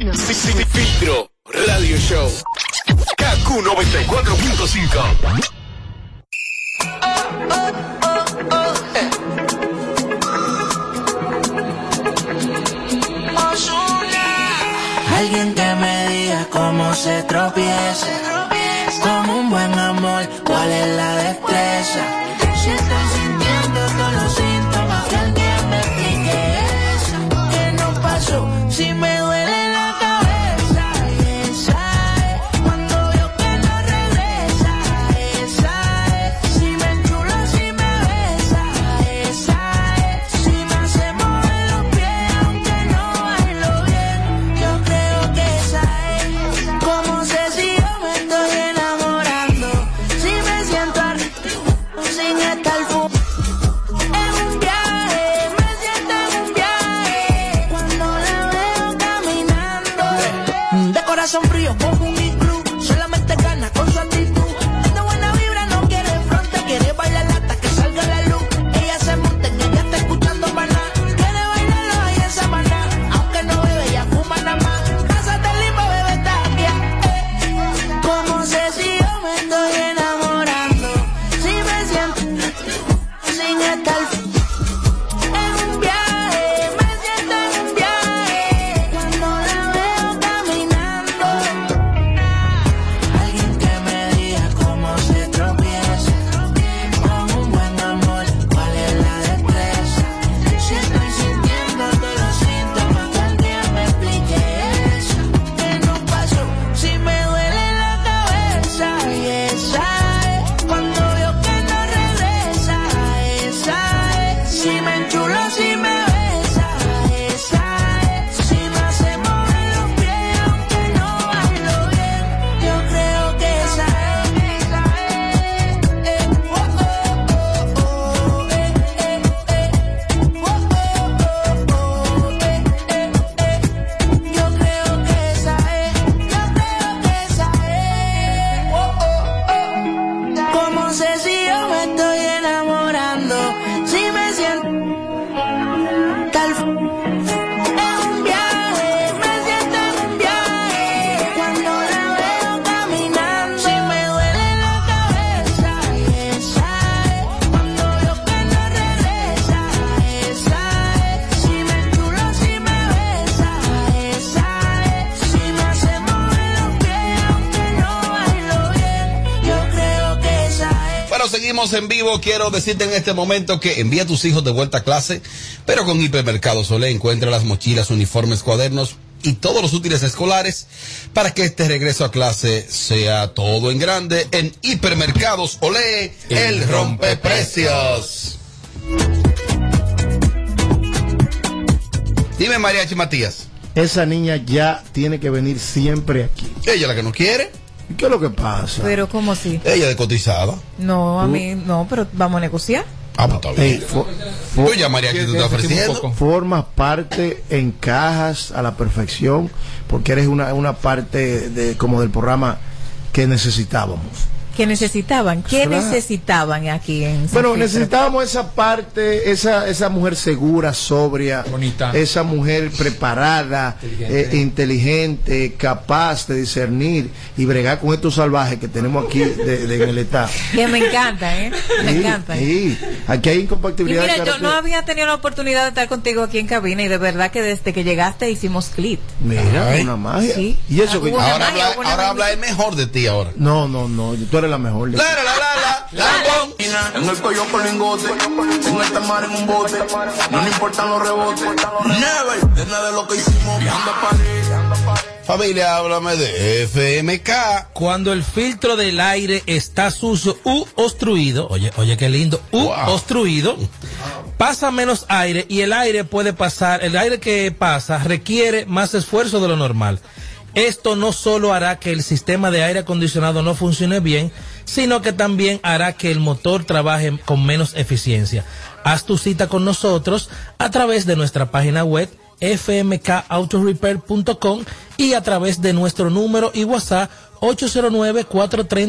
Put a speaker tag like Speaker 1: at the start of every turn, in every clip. Speaker 1: Bueno.
Speaker 2: Filtro Radio Show. KQ 94.5.
Speaker 3: Alguien que me diga cómo se tropieza. Como un buen amor, cuál es la destreza. Si estoy sintiendo todos los síntomas, que alguien me explique eso. ¿Qué no pasó? Si me duele la cabeza, esa es. Cuando veo que no regresa, esa es. Si me enchula, si me besa, esa es. Si me hace mover los pies, aunque no bailo bien. Yo creo que esa es como sé si yo me estoy enamorando. Si me siento arriba, sin estar fu- en un viaje, me siento en un viaje. Cuando la veo caminando, de corazón frío, pongo un iglú. Solamente gana con su actitud. Es de buena vibra, no quiere fronte, quiere bailar hasta que salga la luz. Ella se monta en ella está escuchando maná. Quiere bailarlo ahí en Samaná. Aunque no bebe, ella fuma nada más. Pásate limbo, bebé, tapia. eh. ¿Cómo sé si yo me estoy enamorando? Si me siento sin estar en un viaje, me siento en un viaje. Cuando la veo caminando. Alguien que me diga cómo se tropieza Con un buen amor, cuál es la destreza Si estoy sintiendo todos los síntomas Que alguien me explique eso Que no pasó si me duele la cabeza Y esa es Cuando veo que no regresa Esa es Si me enchulo, si me besa Esa es Si me hace mover los pies Aunque no bailo bien yo creo que esa es, esa es, eh, oh, oh, oh, oh, eh, eh, eh, oh, oh, oh, oh, eh, eh, eh. Yo creo que esa es, yo creo que esa es, oh, oh, oh. ¿Cómo sé si yo me estoy enamorando? Si me siento tal es un viaje, me siento en un viaje Cuando la veo caminando Si me duele la cabeza Esa es Cuando veo que no regresa Esa es Si me enchulo, si me besa Esa es Si me hace mover los pies Aunque no bailo bien Yo creo que esa es
Speaker 4: Bueno, seguimos en vivo. Quiero decirte en este momento que envía a tus hijos de vuelta a clase, pero con Hipermercado Solé encuentra las mochilas, uniformes, cuadernos y todos los útiles escolares para que este regreso a clase sea todo en grande en Hipermercados Olé, el rompeprecios. Dime, Mariachi Matías,
Speaker 5: Esa niña ya tiene que venir siempre aquí.
Speaker 4: ella es la que no quiere,
Speaker 5: ¿Qué es lo que pasa?
Speaker 1: Pero ¿cómo así?
Speaker 4: ella es cotizada.
Speaker 1: No, a mí no, pero vamos a negociar.
Speaker 4: Ah, pues está
Speaker 5: Ey,
Speaker 4: bien.
Speaker 5: fo-
Speaker 4: Tú ya, Mariachi, te estás ofreciendo.
Speaker 5: formas parte, encajas a la perfección, porque eres una, una parte de, como del programa que necesitábamos.
Speaker 1: ¿Qué necesitaban? ¿Qué
Speaker 5: Claro.
Speaker 1: necesitaban aquí en San
Speaker 5: Bueno,
Speaker 1: Pedro?
Speaker 5: necesitábamos esa parte, esa, esa mujer segura, sobria,
Speaker 6: Bonita.
Speaker 5: esa mujer preparada,
Speaker 6: Inteligente.
Speaker 5: eh, inteligente, capaz de discernir y bregar con estos salvajes que tenemos aquí de, de- en el Estado.
Speaker 1: Que me encanta, ¿eh? Me
Speaker 5: Sí,
Speaker 1: encanta.
Speaker 5: sí. Aquí hay
Speaker 1: Y
Speaker 5: incompatibilidad. de
Speaker 1: mira, yo no
Speaker 5: carácter.
Speaker 1: había tenido la oportunidad de estar contigo aquí en cabina y de verdad que desde que llegaste hicimos clip.
Speaker 5: Mira,
Speaker 4: Ay.
Speaker 5: una magia.
Speaker 1: Sí.
Speaker 5: Y eso que...
Speaker 1: Una
Speaker 4: Ahora
Speaker 1: magia,
Speaker 4: habla,
Speaker 1: una
Speaker 4: ahora
Speaker 1: magia.
Speaker 4: habla el mejor de ti ahora.
Speaker 5: No, no, no, tú eres la mejor.
Speaker 4: La, la, la, la, la, lambón.
Speaker 7: En el cuello con lingote, en el tamar en un bote, no le importan los rebotes. Never, de nada de lo que hicimos, anda pared.
Speaker 4: Familia, háblame de FMK.
Speaker 6: Cuando el filtro del aire está sucio u obstruido, oye, oye qué lindo, u
Speaker 4: Wow.
Speaker 6: obstruido, pasa menos aire y el aire puede pasar, el aire que pasa requiere más esfuerzo de lo normal. Esto no solo hará que el sistema de aire acondicionado no funcione bien, sino que también hará que el motor trabaje con menos eficiencia. Haz tu cita con nosotros a través de nuestra página web fmkautorepair.com y a través de nuestro número y WhatsApp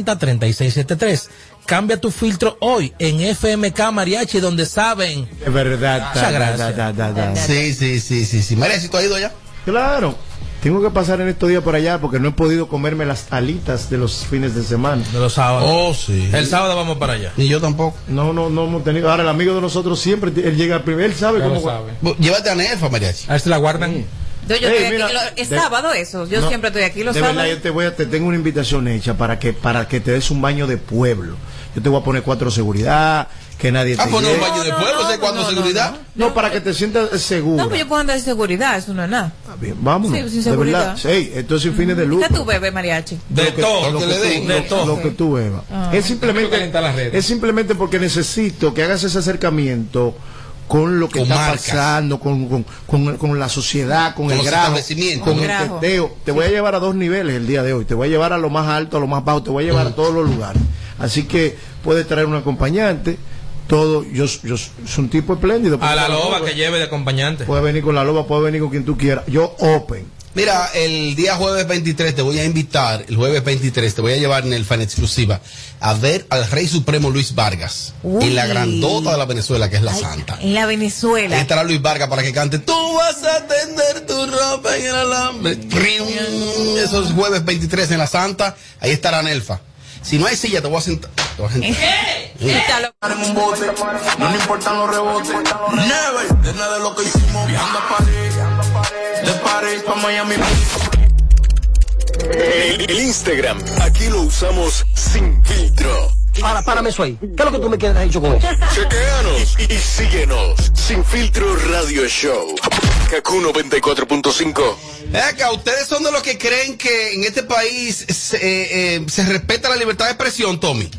Speaker 6: 809-430-3673. Cambia tu filtro hoy en FMK Mariachi, donde saben.
Speaker 5: Es verdad.
Speaker 6: Muchas Ah, gracias.
Speaker 5: da, da, da, da.
Speaker 4: Sí, sí, sí, sí, sí. María, si tú has ido ya.
Speaker 5: Claro. Tengo que pasar en estos días por allá porque no he podido comerme las alitas de los fines de semana.
Speaker 6: De los sábados.
Speaker 4: Oh, sí.
Speaker 6: El sábado vamos para allá.
Speaker 4: Ni yo tampoco.
Speaker 5: No, no, no hemos tenido. Ahora el amigo de nosotros siempre, él llega primero, él sabe
Speaker 8: Ya lo
Speaker 5: cómo.
Speaker 8: sabe.
Speaker 4: Bu- Llévate a Nelfa, Mariachi.
Speaker 6: A ver si la guardan.
Speaker 1: Yo, yo
Speaker 5: Ey,
Speaker 1: estoy
Speaker 5: mira,
Speaker 1: aquí, lo- es
Speaker 5: de-
Speaker 1: sábado eso. Yo
Speaker 5: No,
Speaker 1: siempre estoy aquí los
Speaker 5: de
Speaker 1: sábados.
Speaker 5: verdad, yo te voy a, te tengo una invitación hecha para que para que te des un baño de pueblo. Yo te voy a poner cuatro seguridad, que nadie
Speaker 4: Ah,
Speaker 5: te
Speaker 4: poner un
Speaker 5: llegue.
Speaker 4: baño de
Speaker 1: No,
Speaker 4: pueblo,
Speaker 1: no,
Speaker 4: sé cuánto
Speaker 1: no, no,
Speaker 4: seguridad.
Speaker 5: No, para que te sientas eh, seguro.
Speaker 1: No, pero yo puedo andar sin seguridad, eso no es nada.
Speaker 5: Ah, bien, vámonos.
Speaker 1: Sí, sin
Speaker 5: de
Speaker 1: seguridad.
Speaker 5: verdad. Sí, esto es sin fines de
Speaker 1: ¿Qué
Speaker 5: lucro.
Speaker 1: tú bebes, mariachi?
Speaker 6: De
Speaker 4: Lo que-
Speaker 6: todo.
Speaker 4: lo que le den.
Speaker 6: De
Speaker 5: lo-
Speaker 6: todo.
Speaker 5: Lo que tú bebas.
Speaker 1: Ah.
Speaker 5: Es
Speaker 8: Quiero
Speaker 5: simplemente
Speaker 8: calentar las redes.
Speaker 5: es simplemente porque necesito que hagas ese acercamiento con lo que
Speaker 4: Con
Speaker 5: está
Speaker 4: marcas.
Speaker 5: pasando, con, con, con- con la sociedad, con,
Speaker 4: Con
Speaker 5: el
Speaker 4: los
Speaker 5: grajo,
Speaker 4: establecimientos,
Speaker 5: con
Speaker 1: ¿no?
Speaker 5: el
Speaker 1: Grajo.
Speaker 5: teteo. Te voy a llevar a dos niveles el día de hoy. Te voy a llevar a lo más alto, a lo más bajo, te voy a llevar a todos los lugares. Así que puedes traer un acompañante. Todo, yo, yo soy un tipo espléndido.
Speaker 6: A la loba que
Speaker 5: Puedes
Speaker 6: lleve de acompañante.
Speaker 5: Puedes venir con la loba, puedes venir con quien tú quieras. Yo open.
Speaker 4: Mira, el día jueves 23 te voy a invitar, el jueves 23 te voy a llevar en el fan exclusiva a ver al rey supremo Luis Vargas
Speaker 1: Uy.
Speaker 4: en la grandota de la Venezuela que es la
Speaker 1: Ay,
Speaker 4: santa.
Speaker 1: En la Venezuela.
Speaker 4: Ahí estará Luis Vargas para que cante Tú vas a tender tu ropa en el alambre. Trim. Esos jueves 23 en la Santa, ahí estará Nelfa. Si no hay silla, te voy a sentar. Te voy a sentar.
Speaker 1: ¿Eh? Está lo-
Speaker 7: en un bote, no le importan los rebotes. Never, de nada de lo que hicimos viajando a París, de París pa' Miami.
Speaker 2: El, el Instagram, aquí lo usamos sin filtro.
Speaker 9: Para, párame eso ahí. ¿Qué es lo que tú me quieres hecho con eso?
Speaker 2: Chequeanos y, y síguenos. Sin filtro radio show. Kaku 94.5.
Speaker 4: Ven acá, ustedes son de los que creen que en este país se, eh, eh, se respeta la libertad de expresión, Tommy.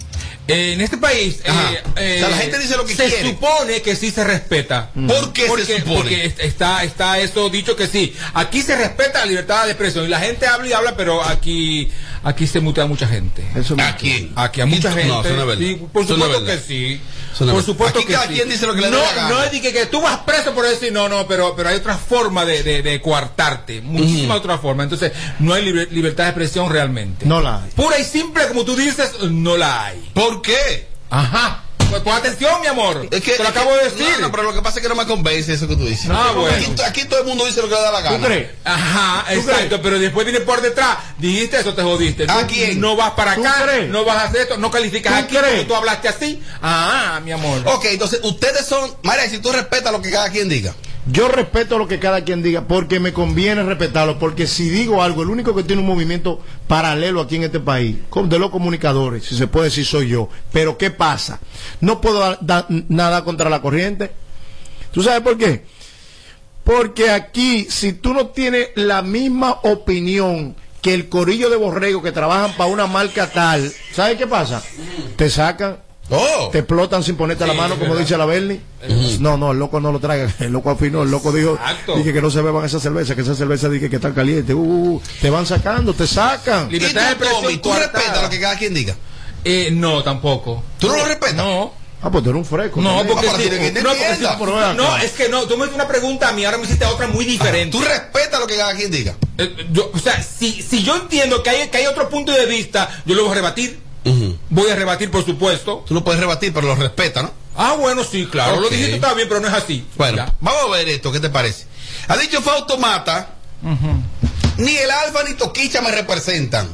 Speaker 8: Eh, en este país,
Speaker 4: Ajá.
Speaker 8: eh,
Speaker 4: O sea, la
Speaker 8: eh,
Speaker 4: gente dice lo que
Speaker 8: se
Speaker 4: quiere. Mm.
Speaker 8: supone que sí se respeta.
Speaker 4: ¿Por qué se
Speaker 8: porque,
Speaker 4: supone?
Speaker 8: Porque es- está, está eso dicho que sí. Aquí se respeta la libertad de expresión. Y la gente habla y habla, pero aquí, aquí se mutea mucha gente.
Speaker 5: Eso me-
Speaker 4: ¿A quién?
Speaker 8: Aquí a mucha gente.
Speaker 4: No, eso no es verdad.
Speaker 8: Sí, por
Speaker 4: Eso no es
Speaker 8: supuesto que
Speaker 4: verdad. Eso
Speaker 8: sí.
Speaker 4: no es
Speaker 8: Por
Speaker 4: verdad.
Speaker 8: supuesto
Speaker 4: Aquí
Speaker 8: que
Speaker 4: cada
Speaker 8: sí.
Speaker 4: quien dice lo que le dé
Speaker 8: no,
Speaker 4: la gana.
Speaker 8: No es de que, que tú vas preso por decir no, no, pero, pero hay otra forma de, de, de coartarte. Muchísima otra forma. Entonces, no hay liber- libertad de expresión realmente.
Speaker 5: No la hay.
Speaker 8: Pura y simple, como tú dices, no la hay.
Speaker 4: ¿Por qué?
Speaker 8: Ajá. Pues pon atención, mi amor.
Speaker 4: Es que,
Speaker 8: Te lo
Speaker 4: es que-
Speaker 8: acabo de decir.
Speaker 4: No, no, pero lo que pasa es que no me convence eso que tú dices.
Speaker 8: Ah, bueno.
Speaker 4: aquí, aquí todo el mundo dice lo que le da la gana.
Speaker 5: ¿Tú crees?
Speaker 8: Ajá,
Speaker 5: ¿Tú
Speaker 8: exacto,
Speaker 5: crees?
Speaker 8: pero después viene por detrás, dijiste eso, te jodiste.
Speaker 4: ¿A
Speaker 8: No-
Speaker 4: quién?
Speaker 8: No vas para
Speaker 5: ¿Tú
Speaker 8: acá,
Speaker 5: crees?
Speaker 8: no vas a hacer esto, no calificas
Speaker 5: ¿Tú
Speaker 8: aquí,
Speaker 5: crees?
Speaker 8: porque tú hablaste así. Ah, mi amor.
Speaker 4: Ok, entonces ustedes son. María, si tú respetas lo que cada quien diga.
Speaker 5: Yo respeto lo que cada quien diga porque me conviene respetarlo, porque si digo algo, el único que tiene un movimiento paralelo aquí en este país, con- de los comunicadores, si se puede decir soy yo, pero ¿qué pasa? No puedo dar, dar nada contra la corriente. ¿Tú sabes por qué? Porque aquí, si tú no tienes la misma opinión que el corillo de borrego que trabajan para una marca tal, ¿sabes qué pasa? Te sacan
Speaker 4: Oh.
Speaker 5: te explotan sin ponerte la mano, como dice la Berni. No, no, el loco no lo traiga. El loco afinó, el loco dijo
Speaker 8: Exacto.
Speaker 5: dije que no se beban esa cerveza, que esa cerveza dije que está caliente. Uh, uh, uh. te van sacando, te sacan.
Speaker 4: Y
Speaker 8: Li-
Speaker 4: tú,
Speaker 8: libertad de expresión
Speaker 4: Tommy, tú
Speaker 8: coartada.
Speaker 4: respetas lo que cada quien diga.
Speaker 8: Eh, no, tampoco.
Speaker 4: ¿Tú no lo respetas?
Speaker 8: No.
Speaker 5: Ah, pues tú eres un fresco.
Speaker 8: No,
Speaker 5: también.
Speaker 8: porque
Speaker 4: Papá,
Speaker 8: si-
Speaker 4: tiene que te
Speaker 8: no, porque
Speaker 4: entienda.
Speaker 8: si-
Speaker 5: Pero ven acá.
Speaker 8: no, es que no, tú me hiciste una pregunta a mí, ahora me hiciste otra muy diferente.
Speaker 4: Ah, Tú respetas lo que cada quien diga.
Speaker 8: Eh, yo- o sea, si, si yo entiendo que hay, que hay otro punto de vista, yo lo voy a rebatir. Voy a rebatir, por supuesto.
Speaker 4: Tú lo puedes rebatir, pero lo respeta, ¿no?
Speaker 8: Ah, bueno, sí, claro. Lo
Speaker 4: Ok.
Speaker 8: dijiste está bien, pero no es así.
Speaker 4: Bueno,
Speaker 8: Ya.
Speaker 4: vamos a ver esto, ¿qué te parece? Ha dicho Fausto Mata, ni el Alfa ni Toquicha me representan.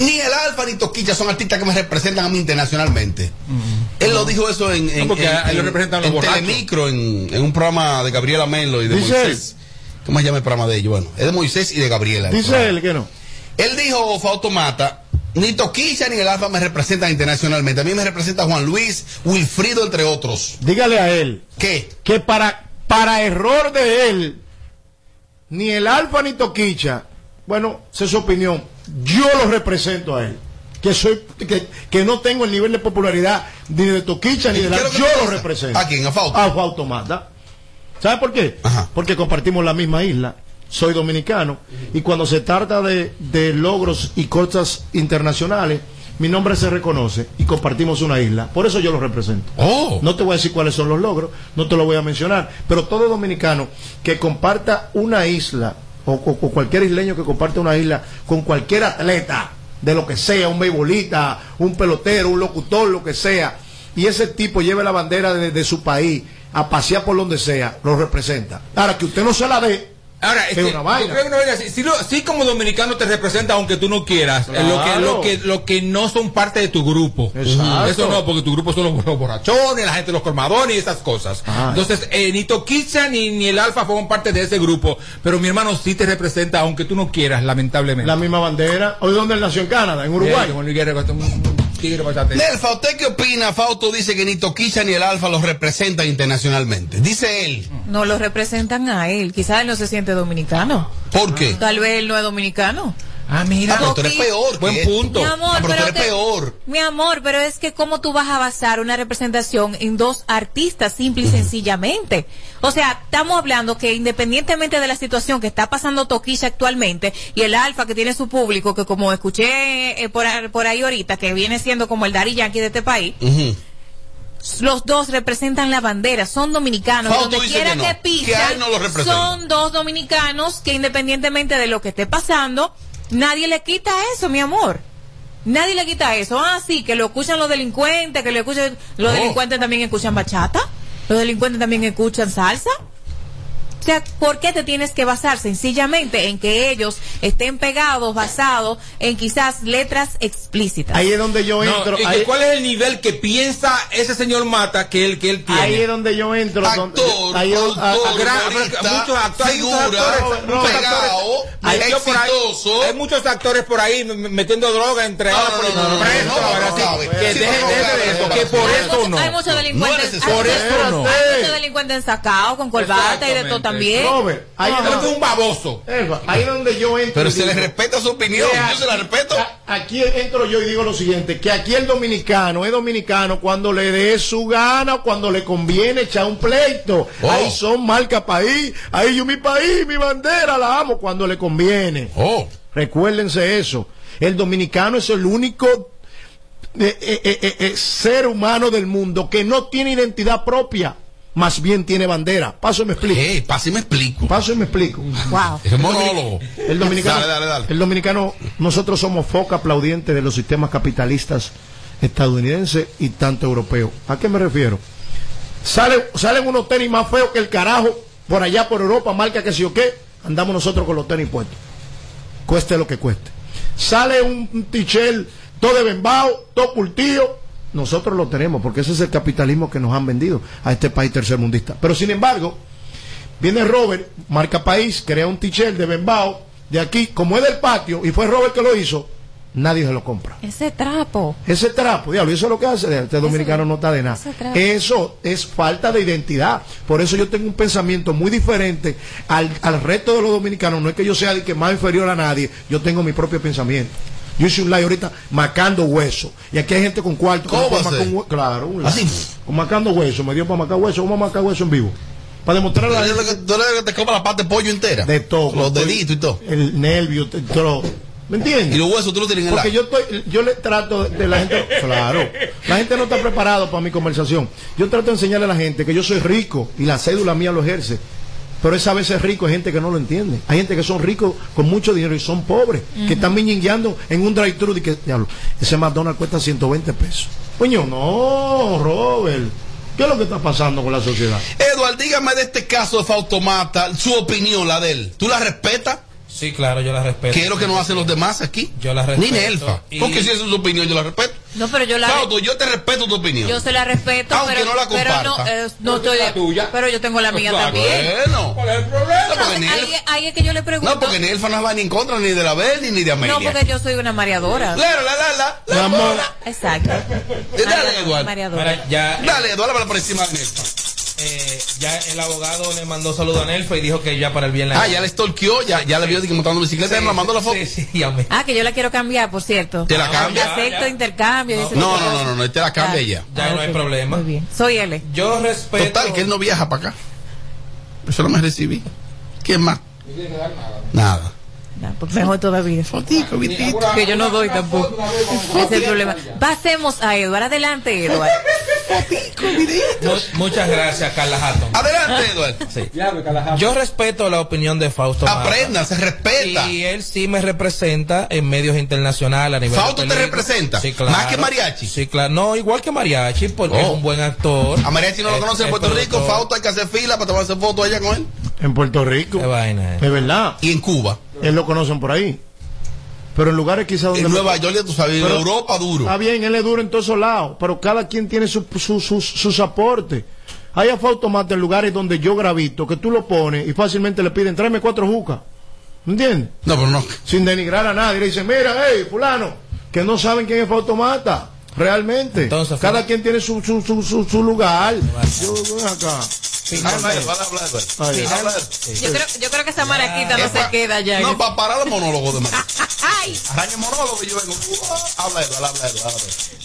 Speaker 4: Ni el Alfa ni Toquicha son artistas que me representan a mí internacionalmente. Él lo dijo eso en, en,
Speaker 8: No, porque
Speaker 4: en-
Speaker 8: a él lo
Speaker 4: en-
Speaker 8: representan los
Speaker 4: en
Speaker 8: borrachos.
Speaker 4: Telemicro, en, en un programa de Gabriela Melo y de
Speaker 5: Dice
Speaker 4: Moisés. ¿Cómo se llama el programa de ellos? Bueno, es de Moisés y de Gabriela. el
Speaker 5: Dice
Speaker 4: programa.
Speaker 5: él que no.
Speaker 4: Él dijo, Fausto Mata, ni Toquicha ni el Alfa me representan internacionalmente. A mí me representa Juan Luis, Wilfrido, entre otros.
Speaker 5: Dígale a él
Speaker 4: ¿Qué?
Speaker 5: que para, para error de él, ni el Alfa ni Toquicha, bueno, esa es su opinión. Yo lo represento a él. Que soy que, que no tengo el nivel de popularidad ni de Toquicha ni
Speaker 4: ¿Y
Speaker 5: de
Speaker 4: qué
Speaker 5: la
Speaker 4: es lo que
Speaker 5: Yo
Speaker 4: pasa?
Speaker 5: lo represento.
Speaker 4: ¿A quién? ¿A Fausto?
Speaker 5: A Fausto Mata. ¿Sabes por qué?
Speaker 4: Ajá.
Speaker 5: Porque compartimos la misma isla. Soy dominicano. Y cuando se trata de, de logros y cosas internacionales, mi nombre se reconoce y compartimos una isla. Por eso yo lo represento.
Speaker 4: Oh.
Speaker 5: No te voy a decir cuáles son los logros, no te lo voy a mencionar, pero todo dominicano que comparta una isla o, o- o cualquier isleño que comparta una isla con cualquier atleta, de lo que sea, un beisbolista, un pelotero, un locutor, lo que sea, y ese tipo lleve la bandera de, de su país a pasear por donde sea, lo representa. Ahora, que usted no se la dé,
Speaker 8: Ahora,
Speaker 5: Es
Speaker 8: este,
Speaker 5: una vaina.
Speaker 8: yo creo que una vaina así. Sí, lo- sí como dominicano te representa aunque tú no quieras. Eh,
Speaker 5: Claro.
Speaker 8: Lo, que, lo, que, lo que no son parte de tu grupo.
Speaker 5: Exacto.
Speaker 8: Eso no, porque tu grupo son los, los borrachones, la gente de los colmadones y esas cosas.
Speaker 5: Ah.
Speaker 8: Entonces, eh, ni Toquicha ni, ni el Alfa forman parte de ese grupo. Pero mi hermano sí te representa aunque tú no quieras, lamentablemente.
Speaker 5: La misma bandera. ¿Hoy dónde él nació? En Canadá, en
Speaker 8: Eh,
Speaker 5: Uruguay.
Speaker 8: Juan Luis Guerrero, un- un tigre bastante-
Speaker 4: Nelfa, ¿usted qué opina? Fausto dice que ni Toquicha ni el Alfa los representan internacionalmente. Dice él.
Speaker 1: No lo representan a él. Quizás él no se siente dominicano.
Speaker 4: ¿Por qué?
Speaker 5: Ah,
Speaker 1: Tal vez él no es dominicano.
Speaker 8: Ah,
Speaker 4: Ah,
Speaker 8: mira.
Speaker 4: pero tú eres
Speaker 1: Toquicha.
Speaker 4: peor. que
Speaker 8: Buen
Speaker 4: esto.
Speaker 8: punto.
Speaker 1: Mi amor,
Speaker 4: Ah, pero tú
Speaker 1: pero
Speaker 4: eres
Speaker 1: que-
Speaker 4: peor.
Speaker 1: Mi amor, pero es que cómo tú vas a basar una representación en dos artistas, simple y sencillamente. O sea, estamos hablando que independientemente de la situación que está pasando Toquilla actualmente y el Alfa que tiene su público, que como escuché eh, por, a- por ahí ahorita, que viene siendo como el Dari Yankee de este país,
Speaker 4: Ujú.
Speaker 1: los dos representan la bandera, son dominicanos.
Speaker 4: Fausto
Speaker 1: Donde
Speaker 4: dice
Speaker 1: quiera que,
Speaker 4: que no, que a él
Speaker 1: pisan,
Speaker 4: no lo representa.
Speaker 1: son dos dominicanos que independientemente de lo que esté pasando, nadie le quita eso, mi amor. Nadie le quita eso. Ah, sí, que lo escuchan los delincuentes, que lo escuchan... Los
Speaker 4: No.
Speaker 1: delincuentes también escuchan bachata, los delincuentes también escuchan salsa. O sea, ¿por qué te tienes que basar sencillamente en que ellos estén pegados, basados en quizás letras explícitas?
Speaker 5: Ahí es donde yo
Speaker 8: No,
Speaker 5: entro.
Speaker 8: y que
Speaker 5: ahí,
Speaker 8: ¿Cuál es el nivel que piensa ese señor Mata que él, que él tiene?
Speaker 5: ahí es donde yo entro. donde-
Speaker 4: Actor,
Speaker 5: ahí es donde- a- a-
Speaker 4: autor,
Speaker 8: gran-
Speaker 4: humorista,
Speaker 8: muchos actores,
Speaker 4: figura,
Speaker 8: muchos actores,
Speaker 5: no,
Speaker 8: muchos
Speaker 4: pegado,
Speaker 8: actores. Hay- yo por ahí-
Speaker 4: exitoso.
Speaker 8: hay muchos actores por ahí m- m- metiendo droga entre
Speaker 4: No,
Speaker 8: ahora
Speaker 4: no,
Speaker 8: por-
Speaker 4: no, no, no,
Speaker 8: preso,
Speaker 4: no, no,
Speaker 8: ahora
Speaker 4: no,
Speaker 8: sí,
Speaker 4: no, no,
Speaker 8: que
Speaker 4: sí,
Speaker 8: dejen
Speaker 4: no, no,
Speaker 8: dejen de eso,
Speaker 4: no,
Speaker 8: que
Speaker 4: no,
Speaker 8: por
Speaker 4: no,
Speaker 8: eso no.
Speaker 1: Hay muchos
Speaker 4: No es
Speaker 1: delincuentes.
Speaker 4: necesario.
Speaker 1: hay muchos-
Speaker 8: Por eso no.
Speaker 1: Hay muchos delincuentes sacados con corbata y de todo
Speaker 8: Exactamente.
Speaker 1: también.
Speaker 5: Robert, ahí es
Speaker 8: Entonces
Speaker 5: donde-
Speaker 8: es un baboso.
Speaker 5: Eva, ahí es donde yo entro.
Speaker 4: Pero
Speaker 5: y
Speaker 4: se le
Speaker 5: digo-
Speaker 4: respeta su opinión.
Speaker 5: Mira,
Speaker 4: Yo se la respeto.
Speaker 5: a- Aquí entro yo y digo lo siguiente, que aquí el dominicano es dominicano cuando le dé su gana o cuando le conviene echar un pleito.
Speaker 4: Oh.
Speaker 5: Ahí son marca país, ahí yo mi país, mi bandera, la amo cuando le conviene.
Speaker 4: Oh.
Speaker 5: Recuérdense eso. El dominicano es el único eh, eh, eh, eh, eh, ser humano del mundo que no tiene identidad propia, más bien tiene bandera. Paso y me explico.
Speaker 4: Hey, pase y me explico.
Speaker 5: Paso y me explico.
Speaker 1: Wow.
Speaker 4: Es monólogo.
Speaker 5: El dominicano,
Speaker 4: Dale, dale, dale.
Speaker 5: el dominicano, nosotros somos foca aplaudiente de los sistemas capitalistas estadounidenses y tanto europeos. ¿A qué me refiero? Salen, salen unos tenis más feos que el carajo por allá por Europa, marca que sí o qué, andamos nosotros con los tenis puestos. Cueste lo que cueste. Sale un un tichel todo de bembao, todo cultillo, nosotros lo tenemos porque ese es el capitalismo que nos han vendido a este país tercermundista. Pero sin embargo, Viene Robert, marca país, crea un t-shirt de Bembao, de aquí, como es del patio, y fue Robert que lo hizo, nadie se lo compra.
Speaker 1: Ese trapo.
Speaker 5: Ese trapo, diablo, y eso es lo que hace, este dominicano no está de nada.
Speaker 1: ese trapo.
Speaker 5: Eso es falta de identidad. Por eso yo tengo un pensamiento muy diferente al, al resto de los dominicanos. No es que yo sea de que más inferior a nadie, yo tengo mi propio pensamiento. Yo hice un live ahorita macando hueso. Y aquí hay gente con cuarto. que no puede
Speaker 4: ¿Cómo hace?
Speaker 5: macar un hue- Claro, un live.
Speaker 4: Así.
Speaker 5: Con macando hueso. Me dio para macar hueso. Vamos a macar hueso en vivo. Para demostrar a la gente
Speaker 4: Tú eres el que te coma la parte de pollo entera.
Speaker 5: de todo.
Speaker 4: Los
Speaker 5: Estoy-
Speaker 4: deditos y todo.
Speaker 5: El nervio, te- todo. ¿Me entiendes?
Speaker 4: Y los huesos tú los tienes en el
Speaker 5: Porque
Speaker 4: lado.
Speaker 5: yo estoy, yo le trato de, de la gente, claro, la gente no está preparado para mi conversación. Yo trato de enseñarle a la gente que yo soy rico y la cédula mía lo ejerce. Pero esa vez es rico, hay gente que no lo entiende. Hay gente que son ricos con mucho dinero y son pobres, que están miñingueando en un drive-thru y que, diablo, ese McDonald's cuesta 120 pesos. Coño, no, Robert. ¿Qué es lo que está pasando con la sociedad?
Speaker 4: Eduard, dígame de este caso de Fautomata, su opinión, la de él. ¿Tú la respetas?
Speaker 6: Sí, claro, yo la respeto.
Speaker 4: ¿Qué es lo que no hacen los demás aquí?
Speaker 6: Yo la
Speaker 4: Ni
Speaker 6: respeto.
Speaker 4: Nelfa.
Speaker 6: Y-
Speaker 4: Porque si esa es su opinión, yo la respeto.
Speaker 1: No, pero yo la.
Speaker 4: Fausto, yo te respeto tu opinión.
Speaker 1: Yo se la respeto,
Speaker 4: Aunque
Speaker 1: pero
Speaker 4: no la
Speaker 1: pero no,
Speaker 4: comparta.
Speaker 1: eh, no estoy
Speaker 8: La tuya.
Speaker 1: Pero yo tengo la mía
Speaker 8: Claro.
Speaker 1: también.
Speaker 4: Bueno.
Speaker 8: ¿Cuál es el problema?
Speaker 4: No, porque
Speaker 1: Entonces, ahí,
Speaker 4: Nelfa-
Speaker 1: ahí es que yo le pregunto.
Speaker 4: No, porque Nelfa no va ni en contra ni de la Beli ni de Amelia.
Speaker 1: No, porque yo soy una mareadora.
Speaker 4: Claro, la, la, la.
Speaker 5: Mi
Speaker 4: la,
Speaker 5: amor.
Speaker 4: la.
Speaker 1: Exacto.
Speaker 4: Dale, Eduardo.
Speaker 1: Mareadora.
Speaker 6: Ahora, ya,
Speaker 4: Dale, Eduardo, háblala por encima de Nelfa.
Speaker 6: eh, ya el abogado le mandó saludo a Nelfa y dijo que ya para el viernes.
Speaker 4: Ah, ya le stalkeó, ya, ya la vio de que montando bicicleta, me la mandó la foto.
Speaker 6: Sí, sí, ya me-
Speaker 1: Ah, que yo la quiero cambiar, por cierto.
Speaker 4: Te la cambia.
Speaker 1: Acepto
Speaker 6: ya.
Speaker 1: intercambio. dice-
Speaker 4: No, no, no, no, no, te la cambia ella.
Speaker 6: Ya no hay
Speaker 1: Ah, ok.
Speaker 6: problema.
Speaker 1: Muy bien. Soy L.
Speaker 6: Yo respeto.
Speaker 4: Total, que él no viaja para acá. Eso no me recibí. ¿Quién más? Nada.
Speaker 1: No, pues Mejor todavía.
Speaker 4: Fotico, vitito.
Speaker 1: Que yo no doy tampoco. Ese es el problema. Pasemos a Eduard. Adelante, Eduard.
Speaker 4: fotico, videito.
Speaker 6: Mu- muchas gracias, Carla Hatton. Ah,
Speaker 4: Adelante, Eduardo.
Speaker 6: Sí.
Speaker 8: Diablo, Calajá.
Speaker 6: Yo respeto la opinión de Fausto. Mata.
Speaker 4: Aprenda, se respeta.
Speaker 6: Y él sí me representa en medios internacionales a nivel
Speaker 4: Fausto
Speaker 6: de
Speaker 4: te
Speaker 6: película.
Speaker 4: representa, más que Mariachi.
Speaker 6: Sí, claro. No, igual que Mariachi, porque
Speaker 4: Oh.
Speaker 6: es un buen actor.
Speaker 4: A Mariachi no lo
Speaker 6: Es-
Speaker 4: conoce en
Speaker 6: es
Speaker 4: Puerto Rico.
Speaker 6: productor.
Speaker 4: Fausto hay que hacer fila para tomarse fotos allá con él.
Speaker 5: En Puerto Rico.
Speaker 6: Qué vaina. eh.
Speaker 5: Es verdad.
Speaker 4: Y en Cuba.
Speaker 5: Él lo conocen por ahí. Pero en lugares quizás donde.
Speaker 4: En
Speaker 5: no-
Speaker 4: Nueva York, ya tú sabes, en
Speaker 5: Pero-
Speaker 4: Europa duro.
Speaker 5: Está bien, él es duro en todos esos lados. Pero cada quien tiene su- su- sus- sus aportes. Hay afautomatas en lugares donde yo gravito, que tú lo pones y fácilmente le piden, tráeme cuatro jucas. ¿Entiendes?
Speaker 4: No, pero no.
Speaker 5: Sin denigrar a nadie. Le dicen, mira, hey, fulano, que no saben quién es Fautomata. Realmente.
Speaker 6: Entonces,
Speaker 5: cada
Speaker 6: fulano.
Speaker 5: quien tiene su, su, su, su, su lugar. Yo, ven acá.
Speaker 4: Habla, habla, habla, Eduardo.
Speaker 5: Ay,
Speaker 4: Habla, Eduardo.
Speaker 1: Yo creo, yo creo que esa maraquita no
Speaker 4: Es pa-
Speaker 1: se queda ya. este
Speaker 4: No, para parar el monólogo de Mariachi.
Speaker 1: ¡Ay!
Speaker 4: Araña monólogo y yo vengo. uh, Habla, Eduardo, habla, Eduardo. habla,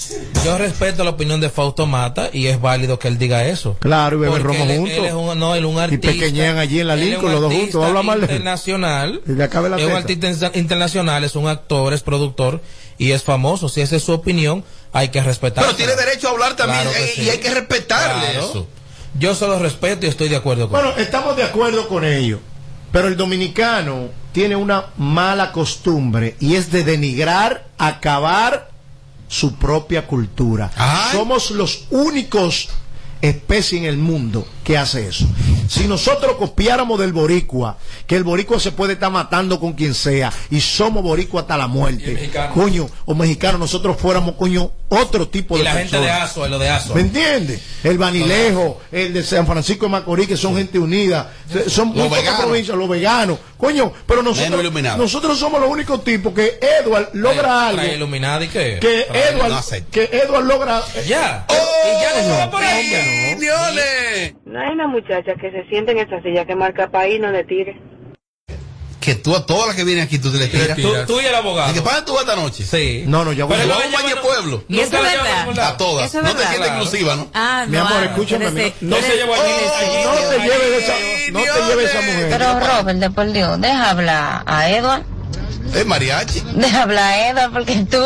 Speaker 4: Eduardo.
Speaker 6: Yo respeto la opinión de Fausto Mata y es válido que él diga eso.
Speaker 5: Claro, y beben
Speaker 6: Porque
Speaker 5: romo
Speaker 6: él-
Speaker 5: juntos.
Speaker 6: él es un, no, él es un artista.
Speaker 5: pequeñean allí en la
Speaker 6: Él es un
Speaker 5: Lincoln, los dos
Speaker 6: artista
Speaker 5: juntos. Habla mal de él.
Speaker 6: Internacional.
Speaker 5: Y le acabe la
Speaker 6: es un
Speaker 5: teta.
Speaker 6: artista inter- internacional, es un actor, es productor y es famoso. Si esa es su opinión, hay que respetar.
Speaker 4: Pero tiene derecho a hablar también
Speaker 6: Claro que
Speaker 4: eh,
Speaker 6: sí.
Speaker 4: y hay que respetarle
Speaker 6: Claro.
Speaker 4: eso.
Speaker 6: Yo se lo respeto y estoy de acuerdo con él.
Speaker 5: Bueno, estamos de acuerdo con ello. Pero el dominicano tiene una mala costumbre y es de denigrar, acabar su propia cultura.
Speaker 4: Ay.
Speaker 5: Somos los únicos especie en el mundo que hace eso. Si nosotros copiáramos del boricua, que el boricua se puede estar matando con quien sea y somos boricua hasta la
Speaker 6: Y el
Speaker 5: muerte,
Speaker 6: mexicano.
Speaker 5: coño, o mexicano, nosotros fuéramos coño otro tipo
Speaker 6: Y
Speaker 5: de
Speaker 6: la gente
Speaker 5: persona.
Speaker 6: de ASO, lo de ASO.
Speaker 5: ¿Me entiendes? El Vanilejo, el de San Francisco de Macorís, que son gente unida, se- son
Speaker 4: Los
Speaker 5: muy pocas
Speaker 4: veganos.
Speaker 5: provincias, los veganos. Coño, pero
Speaker 4: Menos
Speaker 5: nosotros,
Speaker 4: iluminados.
Speaker 5: nosotros somos los únicos tipos que Edward logra
Speaker 6: Trae- trae
Speaker 5: algo.
Speaker 6: iluminada y qué?
Speaker 5: Que
Speaker 6: Trae-
Speaker 5: Edward,
Speaker 4: no acepta.
Speaker 5: que Edward logra.
Speaker 6: Ya.
Speaker 4: Oh,
Speaker 6: y ya no se va por ahí.
Speaker 4: ¡Opiniones!
Speaker 10: No hay una muchacha que se siente en esa silla que marca país no le tire.
Speaker 4: Que tú a todas las que vienen aquí tú te le tiras.
Speaker 8: tiro.
Speaker 4: ¿Y
Speaker 6: Tú, tú y el abogado.
Speaker 4: que pasan tú esta noche?
Speaker 6: Sí.
Speaker 5: No, no, ya voy.
Speaker 6: Pero
Speaker 5: Vamos
Speaker 6: ella
Speaker 4: a Valle
Speaker 6: no-
Speaker 4: Pueblo.
Speaker 1: ¿Y eso
Speaker 6: nunca la
Speaker 1: es
Speaker 6: lleva
Speaker 1: verdad?
Speaker 6: a ningún lado.
Speaker 4: A todas.
Speaker 1: Eso es
Speaker 4: No te
Speaker 1: verdad,
Speaker 4: sientes
Speaker 6: claro.
Speaker 4: inclusiva, ¿no?
Speaker 1: Ah,
Speaker 5: Mi
Speaker 1: no,
Speaker 5: amor,
Speaker 1: ah,
Speaker 5: escúchame,
Speaker 1: eres-
Speaker 5: mi amor.
Speaker 6: No se
Speaker 1: eres-
Speaker 6: llevó a
Speaker 4: Oh,
Speaker 5: No te lleves esa, no te lleves esa mujer.
Speaker 11: Pero Robert, por Dios, deja hablar a Edward.
Speaker 4: Es mariachi.
Speaker 11: Deja hablar a Edward porque tú...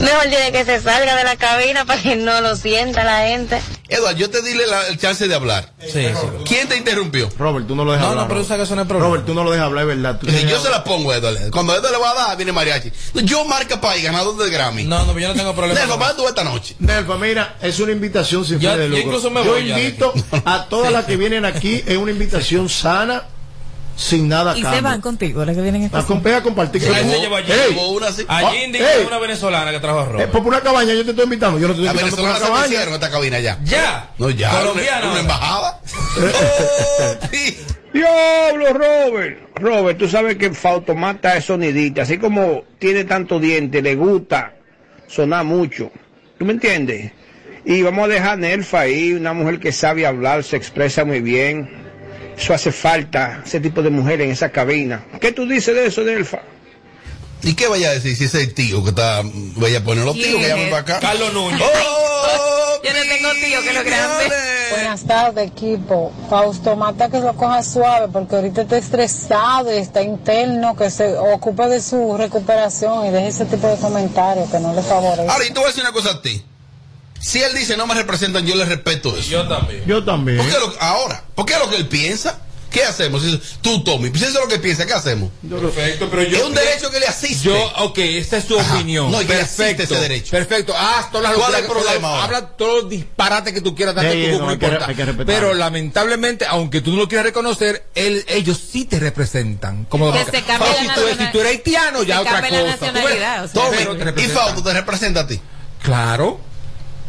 Speaker 11: Mejor tiene que se salga de la cabina para que no lo sienta la gente.
Speaker 4: Eduardo, yo te dile la- el chance de hablar.
Speaker 6: Sí, sí.
Speaker 4: ¿Quién te interrumpió?
Speaker 5: Robert, tú no lo dejas
Speaker 6: No,
Speaker 5: hablar.
Speaker 6: no, pero tú
Speaker 5: Robert.
Speaker 6: sabes que eso no es problema.
Speaker 5: Robert, tú no lo dejas hablar, es verdad. Tú
Speaker 4: Dice,
Speaker 5: tienes-
Speaker 4: Yo se la pongo a Eduardo. Cuando Eduardo le va a dar, viene mariachi. Yo marca país, ganador del Grammy.
Speaker 6: No, no, yo no tengo problema.
Speaker 4: Nelson,
Speaker 6: con
Speaker 4: vas tú esta noche.
Speaker 5: Nelfa, mira, es una invitación sin
Speaker 6: Yo-
Speaker 5: fin de
Speaker 6: yo
Speaker 5: lucro.
Speaker 6: incluso me voy ya de
Speaker 5: invito a todas las que vienen aquí, es una invitación sana, sin nada
Speaker 1: Y se
Speaker 5: cambio.
Speaker 1: van contigo, las que vienen
Speaker 5: A
Speaker 1: esta
Speaker 5: com- pega a compartir.
Speaker 6: eso. Ahí se
Speaker 4: Ey,
Speaker 6: llevó a
Speaker 4: ey,
Speaker 6: Jindy.
Speaker 4: una así.
Speaker 6: A
Speaker 5: Ah,
Speaker 6: Jindy,
Speaker 5: ey.
Speaker 6: una venezolana que trajo a
Speaker 5: Eh,
Speaker 6: Robert.
Speaker 5: pues por una cabaña, yo te estoy invitando. Yo no te
Speaker 4: La
Speaker 5: estoy invitando por
Speaker 4: Venezuela
Speaker 5: una
Speaker 4: se
Speaker 5: cabaña.
Speaker 4: hicieron esta cabina ya.
Speaker 6: Ya.
Speaker 4: No, ya. una-
Speaker 6: Colombiana.
Speaker 4: Una, embajada. Oh, sí.
Speaker 12: Diablo, Robert. Robert, tú sabes que Fautomata es sonidita. Así como tiene tanto diente, le gusta sonar mucho. ¿Tú me entiendes? Y vamos a dejar a Nelfa ahí, una mujer que sabe hablar, se expresa muy bien. Eso hace falta, ese tipo de mujer en esa cabina. ¿Qué tú dices de eso, Nelfa?
Speaker 4: ¿Y qué vaya a decir si ese tío que está. Vaya a poner los tíos que
Speaker 1: ¿Quién
Speaker 4: llaman
Speaker 1: es?
Speaker 4: para acá?
Speaker 6: Carlos Núñez.
Speaker 4: Oh,
Speaker 1: Yo no tengo tío que lo grande.
Speaker 4: opiniones.
Speaker 11: Buenas tardes, equipo. Fausto Mata que lo coja suave porque ahorita está estresado y está interno, que se ocupe de su recuperación y deje ese tipo de comentarios que no le favorece.
Speaker 4: Ahora, y oh. te voy a decir una cosa a ti. Si él dice no me representan, yo le respeto eso.
Speaker 6: Yo también.
Speaker 5: Yo también.
Speaker 4: ¿Por qué lo- ahora, porque es lo que él piensa. ¿Qué hacemos? Si- Tú, Tommy, pues si eso es lo que piensa, ¿qué hacemos?
Speaker 8: Perfecto, pero yo.
Speaker 4: es un derecho que le asiste.
Speaker 8: Yo, ok, esta es tu
Speaker 4: Ajá.
Speaker 8: opinión.
Speaker 4: No, y que
Speaker 8: perfecto,
Speaker 4: existe ese derecho.
Speaker 8: Perfecto. Haz ah, todas las
Speaker 4: ¿Cuál
Speaker 8: locuras
Speaker 4: es el
Speaker 8: que-
Speaker 4: problema ahora?
Speaker 8: Habla todos los disparates que tú quieras darle
Speaker 5: Sí,
Speaker 8: a tu grupo,
Speaker 5: no,
Speaker 8: no
Speaker 5: hay que-
Speaker 8: importa.
Speaker 5: hay que respetarlo.
Speaker 8: Pero lamentablemente, aunque tú no lo quieras reconocer, él, ellos sí te representan. Como
Speaker 1: Que
Speaker 8: Dominica-
Speaker 1: se cambie
Speaker 8: Fausto,
Speaker 1: la
Speaker 8: si, tú,
Speaker 1: nacional-
Speaker 8: si tú eres haitiano, ya
Speaker 1: se
Speaker 8: otra cosa.
Speaker 1: cambie la
Speaker 8: Tú ves,
Speaker 1: nacionalidad, o sea,
Speaker 8: Tommy,
Speaker 1: pero te
Speaker 4: Tommy, y
Speaker 8: representan.
Speaker 4: Fausto te representa a ti.
Speaker 8: Claro.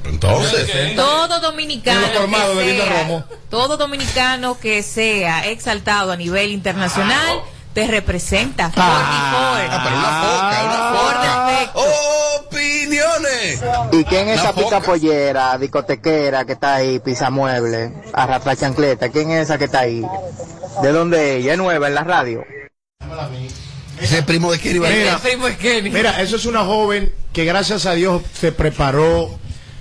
Speaker 4: Entonces,
Speaker 1: Todo dominicano,
Speaker 8: En lo colmado,
Speaker 1: que
Speaker 8: bebiendo
Speaker 1: sea,
Speaker 8: romo.
Speaker 1: todo dominicano que sea exaltado a nivel internacional te representa. por
Speaker 4: ah, pero una
Speaker 1: Por
Speaker 4: foca, una foca.
Speaker 1: defecto.
Speaker 4: Opiniones.
Speaker 12: ¿Y quién
Speaker 4: es esa Una foca.
Speaker 12: pollera, discotequera que está ahí, pisa mueble, arrastra chancleta? ¿Quién es esa que está ahí? ¿De dónde ella? ¿Es nueva en la radio?
Speaker 4: Ese primo de Kiri
Speaker 1: defecto.
Speaker 4: Varela.
Speaker 5: Mira,
Speaker 1: El primo es Kenny.
Speaker 5: Mira, eso es una joven que gracias a Dios se preparó,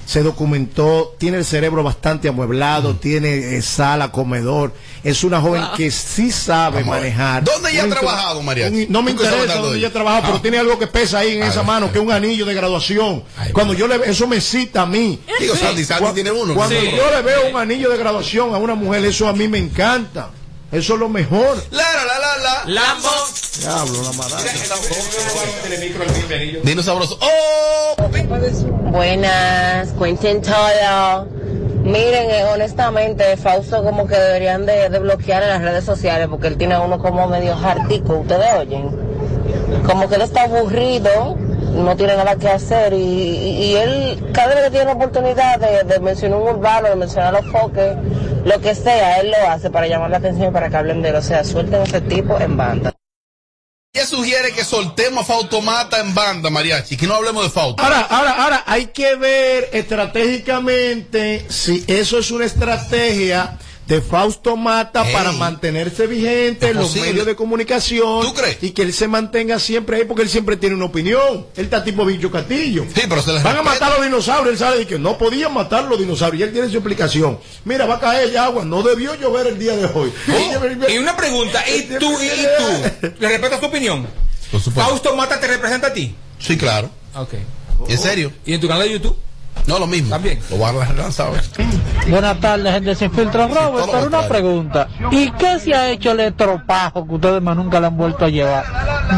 Speaker 5: se documentó, tiene el cerebro bastante
Speaker 4: Mm.
Speaker 5: amueblado, tiene eh, sala, comedor. Es una joven
Speaker 4: Wow.
Speaker 5: que sí sabe
Speaker 4: Vamos a ver.
Speaker 5: manejar.
Speaker 4: ¿Dónde ella ha
Speaker 5: Un inter-
Speaker 4: trabajado, Mariachi?
Speaker 5: un- No me
Speaker 4: ¿Tú qué sabes
Speaker 5: interesa
Speaker 4: tanto de
Speaker 5: dónde
Speaker 4: ella?
Speaker 5: ella trabaja,
Speaker 4: Ah.
Speaker 5: pero tiene algo que pesa ahí en esa mano, que es un anillo de graduación. Cuando yo le eso me cita a mí.
Speaker 4: Digo, Sandy, Sandy
Speaker 5: Cu-
Speaker 4: tiene uno,
Speaker 5: Cuando
Speaker 4: sí.
Speaker 5: yo le veo un anillo de graduación a una mujer, eso a mí me encanta. Eso es lo mejor.
Speaker 4: La, la, la, la.
Speaker 8: Lambo.
Speaker 5: Diablo, la mala.
Speaker 4: Dinos sabroso.
Speaker 13: Buenas, cuenten todo. Miren, eh, honestamente, Fausto como que deberían de, de bloquear en las redes sociales porque él tiene a uno como medio jartico, ustedes oyen. Como que él está aburrido, no tiene nada que hacer y, y- y él cada vez que tiene la oportunidad de, de mencionar un urbano, de mencionar los foques, lo que sea, él lo hace para llamar la atención y para que hablen de él. O sea, suelten a ese tipo en banda.
Speaker 4: Ella sugiere que soltemos a Fautomata en banda, Mariachi, que no hablemos de Fauto.
Speaker 5: Ahora, ahora, ahora, hay que ver estratégicamente si eso es una estrategia de Fausto Mata para mantenerse vigente en los
Speaker 4: posible.
Speaker 5: medios de comunicación y que él se mantenga siempre ahí porque él siempre tiene una opinión. Él está tipo bicho catillo.
Speaker 4: les
Speaker 5: Van a
Speaker 4: respeta.
Speaker 5: matar a los dinosaurios, él sabe de que no podían matar los dinosaurios y él tiene su explicación. Mira, va a caer agua, no debió llover el día de hoy.
Speaker 4: Oh.
Speaker 8: Y una pregunta, ¿y tú, y tú? ¿Le respetas tu opinión? ¿Fausto Mata te representa a ti?
Speaker 4: Sí, claro.
Speaker 8: Ok.
Speaker 4: ¿En serio?
Speaker 8: Oh. ¿Y en tu canal de YouTube?
Speaker 4: No, lo mismo. También. Lo van a lanzar.
Speaker 14: Buenas tardes, gente sin filtro. Robert, pero
Speaker 4: lo
Speaker 14: una
Speaker 4: contrario.
Speaker 14: pregunta. ¿Y qué se ha hecho el tropajo que ustedes más nunca le han vuelto a llevar?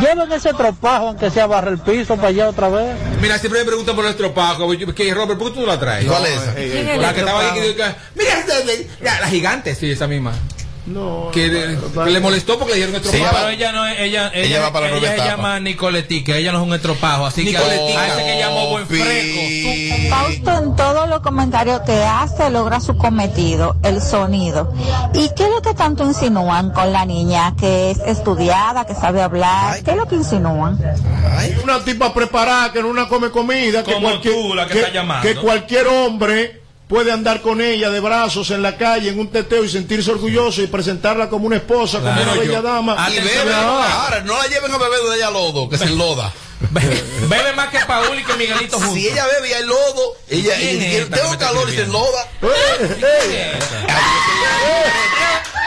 Speaker 14: Lleven ese tropajo, aunque sea barra el piso, para allá otra vez.
Speaker 8: Mira, siempre me preguntan por el estropajo. yo- Que Robert, ¿por qué tú no la traes?
Speaker 4: ¿Cuál es esa?
Speaker 5: ey,
Speaker 14: ey,
Speaker 8: La que estaba ahí.
Speaker 14: estropajo.
Speaker 8: que- que- Mira, esta- esta- la, la gigante, sí, esa misma.
Speaker 5: No.
Speaker 8: Que, de- que le molestó porque le dieron estropajo.
Speaker 6: pero ella no es, ella, ella,
Speaker 8: Ella va para la
Speaker 6: ella
Speaker 8: nueva
Speaker 6: se
Speaker 8: etapa.
Speaker 6: llama Nicoletica, ella no es un estropajo, así que
Speaker 8: Nicoletica.
Speaker 6: a ese que llamó buen fresco.
Speaker 15: Fausto en todos los comentarios que hace logra su cometido, el sonido. ¿Y qué es lo que tanto insinúan con la niña? Que es estudiada, que sabe hablar. ¿Qué es lo que insinúan?
Speaker 5: Una tipa preparada que no una come comida, que
Speaker 6: Como
Speaker 5: cualquier,
Speaker 6: tú, la que está llamando.
Speaker 5: que cualquier hombre puede andar con ella de brazos en la calle, en un teteo y sentirse orgulloso y presentarla como una esposa, como
Speaker 4: Claro,
Speaker 5: una bella
Speaker 4: yo-
Speaker 5: dama.
Speaker 4: Y bebe, ahora, no la lleven a beber donde haya lodo, que se enloda.
Speaker 6: Bebe más que Paul y que Miguelito juntos.
Speaker 4: Si ella bebe y hay lodo, ella,
Speaker 6: ¿Quién
Speaker 4: ella-
Speaker 6: es esta que
Speaker 4: tengo
Speaker 6: me está
Speaker 4: calor y se
Speaker 6: escribiendo?
Speaker 4: enloda.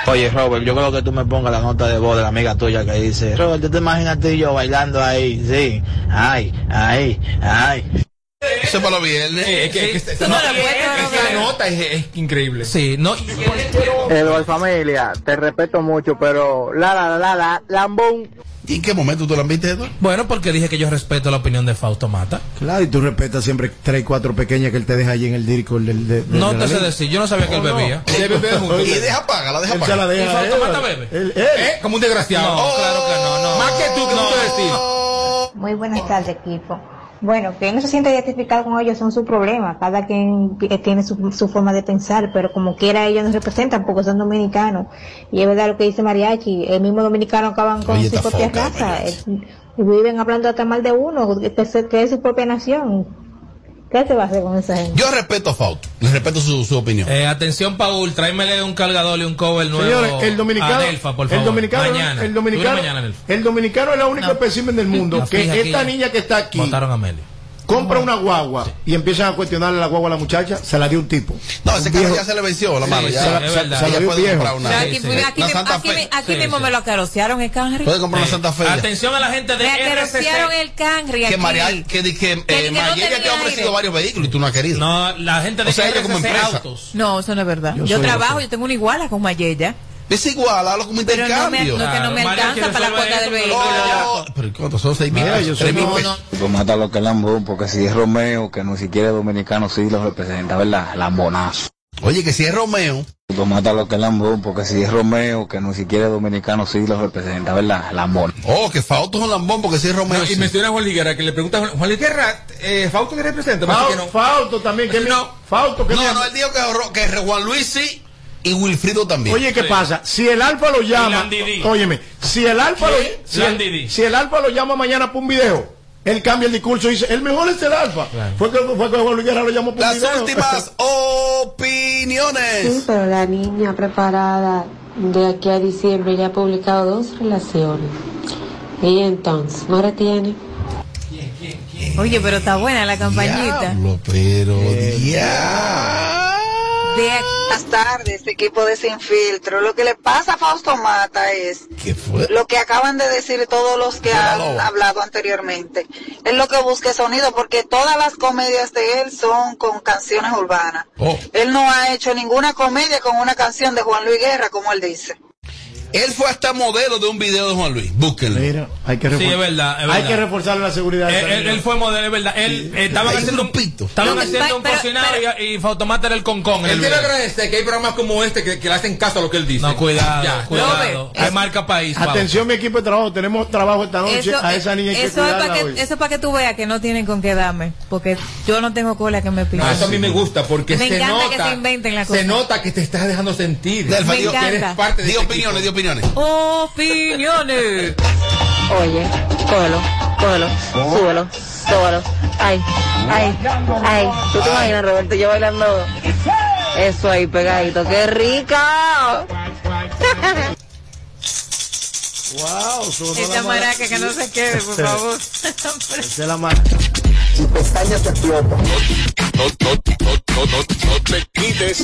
Speaker 16: Oye, Robert, yo creo que tú me pongas la nota de voz de la amiga tuya que dice, Robert, ¿tú te imaginas tú y yo bailando ahí? Sí, ay, ay, ay.
Speaker 4: Eso es para los viernes.
Speaker 6: Eh,
Speaker 8: Esa nota es, es increíble.
Speaker 6: Sí, no.
Speaker 17: Eduardo familia, te respeto mucho, pero la la la la lambón.
Speaker 4: ¿Y en qué momento tú la viste, Eduardo?
Speaker 6: Bueno, porque dije que yo respeto la opinión de Fausto Mata.
Speaker 5: Claro, y tú respetas siempre tres, cuatro pequeñas que él te deja allí en el disco. del de,
Speaker 6: No te sé decir, yo no sabía que él bebía.
Speaker 4: Y deja paga, la deja paga.
Speaker 6: ¿Y Fausto Mata bebe?
Speaker 8: ¿Eh? Como un desgraciado.
Speaker 6: No, claro que no, no.
Speaker 8: Más que tú, que no te decir.
Speaker 18: Muy buenas tardes, equipo. Bueno, que no se sienta identificado con ellos son su problema. Cada quien eh, tiene su, su forma de pensar, pero como quiera ellos nos representan porque son dominicanos. Y es verdad lo que dice Mariachi, el mismo dominicano acaban con
Speaker 19: Oye,
Speaker 18: su
Speaker 19: esta
Speaker 18: propia
Speaker 19: foca,
Speaker 18: raza. eh, y viven hablando hasta mal de uno, que, se- que es su propia nación. ¿Qué se va a hacer con esa gente?
Speaker 4: Yo respeto a Fauto, le respeto su, su opinión.
Speaker 6: Eh, atención, Paul, tráemele un cargador y un cover nuevo.
Speaker 5: Señores, el dominicano,
Speaker 6: a Nelfa, por
Speaker 5: el
Speaker 6: favor.
Speaker 5: dominicano,
Speaker 6: Mañana.
Speaker 5: el dominicano,
Speaker 6: Dura mañana, Nelfa.
Speaker 5: el dominicano es la única espécimen del mundo
Speaker 6: La
Speaker 5: que
Speaker 6: fija
Speaker 5: esta
Speaker 6: aquí ya.
Speaker 5: niña que está aquí
Speaker 6: Votaron a Meli.
Speaker 5: compra una guagua y empiezan a cuestionarle la guagua a la muchacha, se la dio un tipo.
Speaker 4: No, ese
Speaker 5: Un
Speaker 4: carro
Speaker 5: viejo.
Speaker 4: ya se le venció la mano.
Speaker 5: Sí,
Speaker 4: ya
Speaker 5: se la-
Speaker 4: es
Speaker 5: se-
Speaker 4: verdad.
Speaker 5: se la
Speaker 4: Ella
Speaker 5: dio
Speaker 4: puede
Speaker 5: viejo.
Speaker 4: comprar una.
Speaker 1: Aquí, aquí
Speaker 4: Una
Speaker 1: me-
Speaker 4: Santa
Speaker 1: aquí
Speaker 4: Fe.
Speaker 1: me- aquí
Speaker 4: Sí,
Speaker 1: mismo
Speaker 4: sí.
Speaker 1: me lo acarociaron el Canry.
Speaker 4: Puede comprar una Santa Fe. ya.
Speaker 6: Eh, Atención a la gente de
Speaker 1: Me acarociaron
Speaker 6: RCC.
Speaker 1: el Canry.
Speaker 4: Que
Speaker 1: aquí.
Speaker 4: María, que, di- que, eh,
Speaker 1: Que di que no
Speaker 4: Mariella te
Speaker 1: tenía
Speaker 4: ha ofrecido
Speaker 1: aire.
Speaker 4: varios vehículos y tú no has querido.
Speaker 6: No, la gente de
Speaker 4: O sea, ella
Speaker 6: RCC
Speaker 4: como empresa.
Speaker 6: Autos.
Speaker 1: No, eso no es verdad.
Speaker 4: Yo
Speaker 1: Yo,
Speaker 4: soy
Speaker 1: trabajo,
Speaker 4: loco.
Speaker 1: yo tengo una iguala con Mayella.
Speaker 4: Es igual, hablo como
Speaker 1: Pero no me,
Speaker 4: intercambio.
Speaker 1: no, que no
Speaker 6: Ah,
Speaker 1: me alcanza para la cuota del vehículo.
Speaker 4: Pero ¿cuántos son? ¿Seis mil
Speaker 1: Mira, yo
Speaker 4: pesos?
Speaker 1: soy
Speaker 4: ¿Tres mil
Speaker 1: no,
Speaker 4: pesos?
Speaker 20: Pues mata lo que es Lambón, porque si es Romeo, que no siquiera es dominicano, sí lo representa, ¿verdad? Lambonazo.
Speaker 4: Oye, que si es Romeo.
Speaker 20: Pues mata lo que es Lambón, porque si es Romeo, que no siquiera es dominicano, sí lo representa, ¿verdad? Lambón.
Speaker 4: Oh, que Fauto es un lambón porque si es Romeo.
Speaker 8: No, y menciona a Juan Liguera, que le pregunta a Juan, Juan Liguera, eh, ¿Fausto te representa? Me dice que
Speaker 5: Fausto,
Speaker 8: no.
Speaker 5: Fausto también, que no. Fausto, que
Speaker 4: No,
Speaker 5: mira-
Speaker 4: no, él dijo que, Ro- que Juan Luis sí y Wilfrido también.
Speaker 5: Oye, ¿qué pasa? Si el Alfa lo llama, óyeme, si el Alfa lo,
Speaker 4: ¿Qué?
Speaker 5: si el, si el Alfa lo llama mañana para un video, él cambia el discurso y dice, el mejor es el Alfa. Fue que fue que Juan Luis Guerra lo llamó para un
Speaker 4: Las
Speaker 5: video.
Speaker 4: últimas opiniones.
Speaker 5: Pues.
Speaker 21: Sí, pero la niña preparada de aquí a diciembre ya ha publicado dos relaciones. Y entonces, ¿no retiene?
Speaker 1: Oye, pero está buena la campañita.
Speaker 4: Diablo, pero diablo.
Speaker 19: Buenas tardes, equipo de Sin Filtro. Lo que le pasa a Fausto Mata es
Speaker 4: ¿Qué fue?
Speaker 19: lo que acaban de decir todos los que han hablado anteriormente. Es lo que busca sonido, porque todas las comedias de él son con canciones urbanas. Él no ha hecho ninguna comedia con una canción de Juan Luis Guerra, como él dice.
Speaker 4: Él fue hasta modelo de un video de Juan Luis. Búsquenlo.
Speaker 5: hay que
Speaker 6: Sí, es verdad, es
Speaker 5: Hay
Speaker 6: verdad. Eh,
Speaker 5: que reforzar la seguridad.
Speaker 6: Él, él- él fue modelo, es verdad. Él eh, estaban
Speaker 5: Ahí
Speaker 6: haciendo
Speaker 5: se
Speaker 6: un
Speaker 5: lo pito.
Speaker 6: Estaban
Speaker 5: No,
Speaker 6: haciendo
Speaker 5: pero-
Speaker 6: un cocinado y, y Fautomata era el concón. en el
Speaker 8: Él debe
Speaker 6: video.
Speaker 8: agradecer que hay programas como este que, que le hacen caso a lo que él dice. No,
Speaker 6: cuidado, cuidado.
Speaker 8: Hay marca país.
Speaker 5: Atención, mi equipo de trabajo. Tenemos trabajo esta noche.
Speaker 1: Eso,
Speaker 5: a esa niña hay que
Speaker 1: eso es
Speaker 5: cuidarla
Speaker 1: para
Speaker 5: hoy.
Speaker 1: que, eso es para que tú veas que no tienen con qué darme, porque yo no tengo cola que me pida.
Speaker 8: No, eso a mí me gusta porque
Speaker 1: Me
Speaker 8: se
Speaker 1: encanta que
Speaker 8: nota.
Speaker 1: se inventen las
Speaker 8: se
Speaker 1: cosas.
Speaker 8: nota que te estás dejando sentir.
Speaker 1: Delfa, Me di-
Speaker 8: que eres
Speaker 1: encanta.
Speaker 8: parte de
Speaker 4: Di
Speaker 8: este
Speaker 4: opiniones, di opiniones.
Speaker 1: Opiniones.
Speaker 13: Oye, cógelo, cógelo, súbelo, tóbalo. Ay, ay, ay. ¿Tú te imaginas, Roberto, yo bailando eso ahí pegadito? ¡Qué rica!
Speaker 5: Wow, sonó
Speaker 1: Esta
Speaker 5: la mara-
Speaker 1: maraca que no se quede, por favor. Esa
Speaker 5: es la maraca.
Speaker 22: Tu pestaña te explota. No, no, no, no, no, no te quites.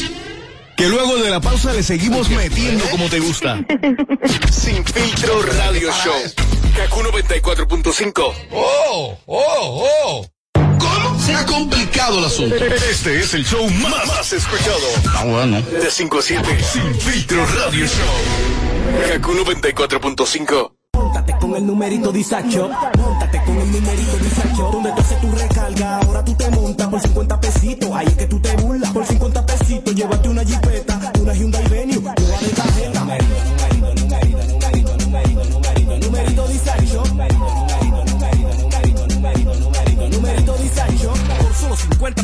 Speaker 23: Que luego de la pausa le seguimos metiendo como te gusta.
Speaker 22: Sin filtro radio show. Kaku 94.5.
Speaker 4: Oh, oh, oh. ¿Cómo se ha complicado el asunto?
Speaker 23: Este es el show más, más escuchado.
Speaker 4: Ah, bueno.
Speaker 22: De 5 a 7. Sin filtro radio show. Kaku 94.5.
Speaker 9: con el numerito disacho. Móntate con el numerito disacho. Donde tú haces tu recarga, ahora tú te montas por 50 pesitos. Ahí es que tú te burlas por 50 pesitos. Llévate una jipeta, una Hyundai Venue, lleva de tarjeta. Numerito disacho. Numerito disacho. Por solo 50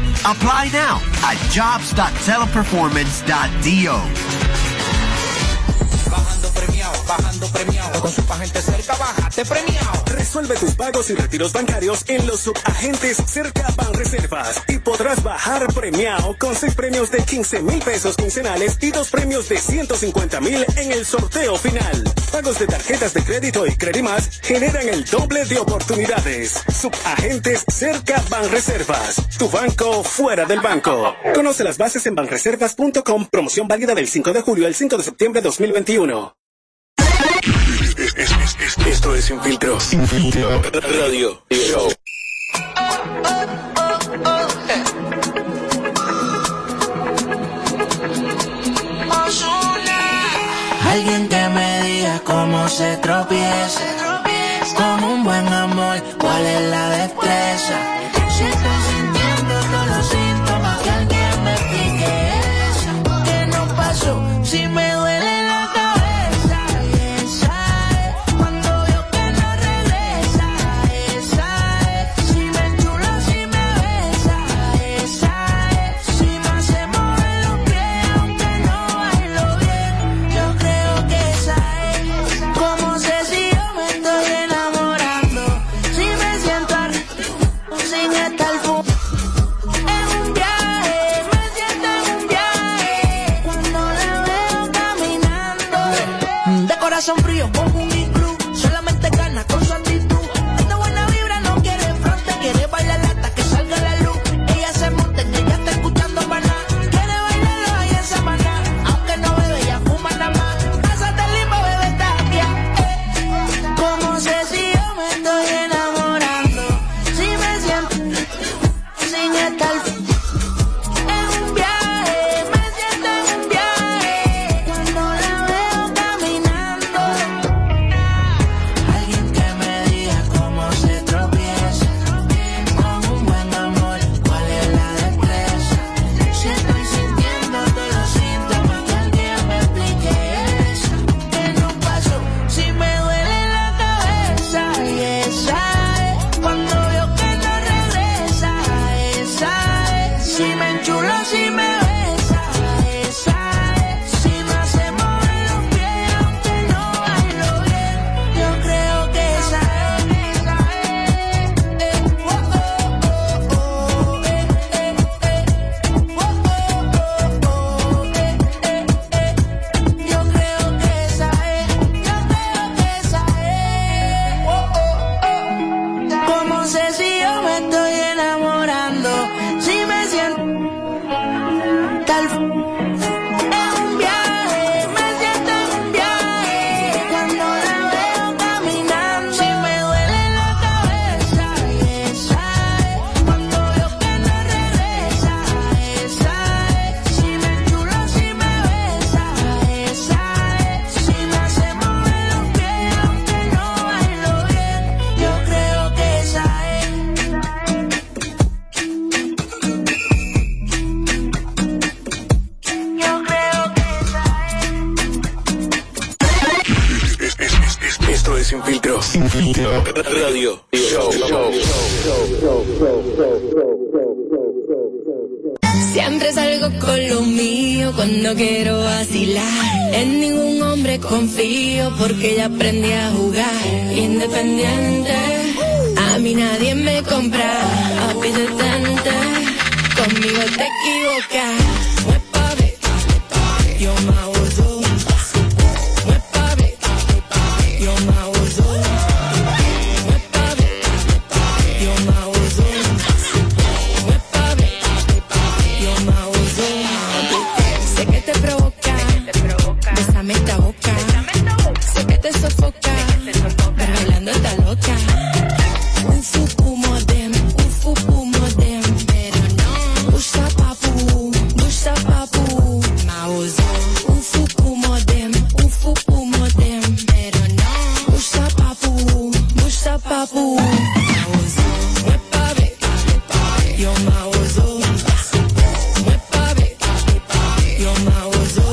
Speaker 20: Apply now at jobs.teleperformance.do.
Speaker 9: Con su agente cerca, bájate premiado. Resuelve tus pagos y retiros bancarios en los subagentes cerca Banreservas y podrás bajar premiado con seis premios de 15 mil pesos quincenales y dos premios de 150 mil en el sorteo final. Pagos de tarjetas de crédito y Credimas generan el doble de oportunidades. Subagentes cerca Banreservas, tu banco fuera del banco. Conoce las bases en banreservas.com, promoción válida del 5 de julio al 5 de septiembre de 2021.
Speaker 22: Es- es- es- es- Esto es Sin Filtro. Sin Filtro. Radio Show.
Speaker 3: Alguien que me diga cómo se tropieza. Con un buen amor, ¿cuál es la destreza? Si estoy sintiendo todos los síntomas que alguien me explique eso. Que no pasó si me duele la cabeza. Esa es cuando veo que no regresa. Esa es si me enchula, si me besa. Esa es si me hace mover los pies aunque no bailo bien. Yo creo que esa es como sé si yo me estoy enamorando. Si me siento ar-
Speaker 2: Radio Show. show,
Speaker 7: Siempre salgo con lo mío cuando quiero vacilar. En ningún hombre confío porque ya aprendí a jugar. Independiente, a mí nadie me compra. Papi, detente, conmigo te equivocas. Muepa, ve, muepa, ve. Yo me abuso. Muepa, ve, muepa, ve. Yo me abuso. Muepa, ve, muepa, ve. Yo me abuso. Muepa, ve, muepa, ve. Yo me abuso. Sé que te provoca, bésame esta boca, sé que te sofoca, pero bailando está loca. Ufu fumo dem, ufu fumo dem, pero no. Usa papu, usa papu, mauso. Ufu fumo dem, ufu fumo dem, pero no. Usa papu, usa papu, mauso. Muepa ve, muepa ve, yo mauso. Muepa ve, muepa ve, yo mauso.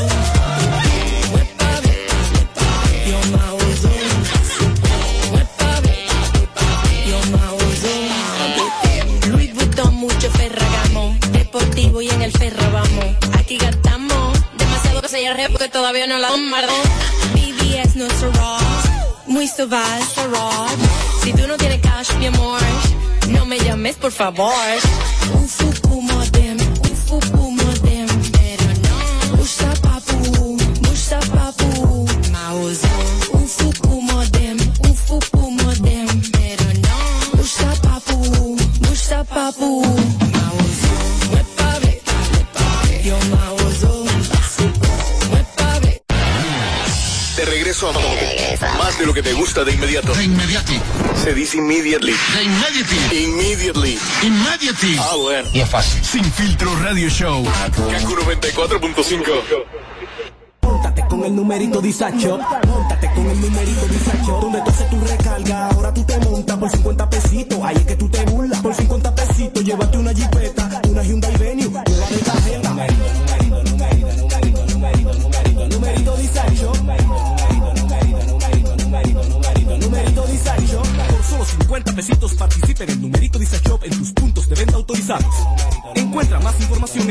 Speaker 7: Muepa ve, muepa ve, yo mauso. Yo Mausón. Luis Vuitton, mucho Ferragamo. Deportivo y en el ferro vamos. Aquí gastamos demasiado que se hierre porque todavía no la amarró. BBS no es Muy sobal, Sorod. Si tú no tienes cash, mi amor, no me llames, por favor. Un fuku Um modem, un fuku modem. Pero no. Usa papu, usa papu. Mausón. Un fuku modem, un fuku modem. Pero no. Usa papu, usa papu. Mausón. Muepa ve, muepa ve. Yo mausón. Muepa ve.
Speaker 2: Te regreso a más de lo que te gusta de inmediato. De inmediato. Se dice immediately. De inmediato. Immediately. Immediately. Ah, bueno.
Speaker 22: Y es fácil. Sin filtro radio show.
Speaker 2: Kaku 94.5.
Speaker 9: con el numerito disacho. Móntate con el numerito disacho. Donde tú haces tu recarga, ahora tú te montas por 50 pesitos. Ahí es que tú te burlas por 50 pesitos. Llévate una jipeta, una Hyundai Venue, nueva de cajeta. Numerito, numerito, numerito, numerito, numerito, numerito, numerito disacho. Numerito, numerito, numerito, numerito, numerito, numerito disacho. Por solo 50 pesitos participa en el numerito disacho en tus puntos de venta autorizados. Encuentra más información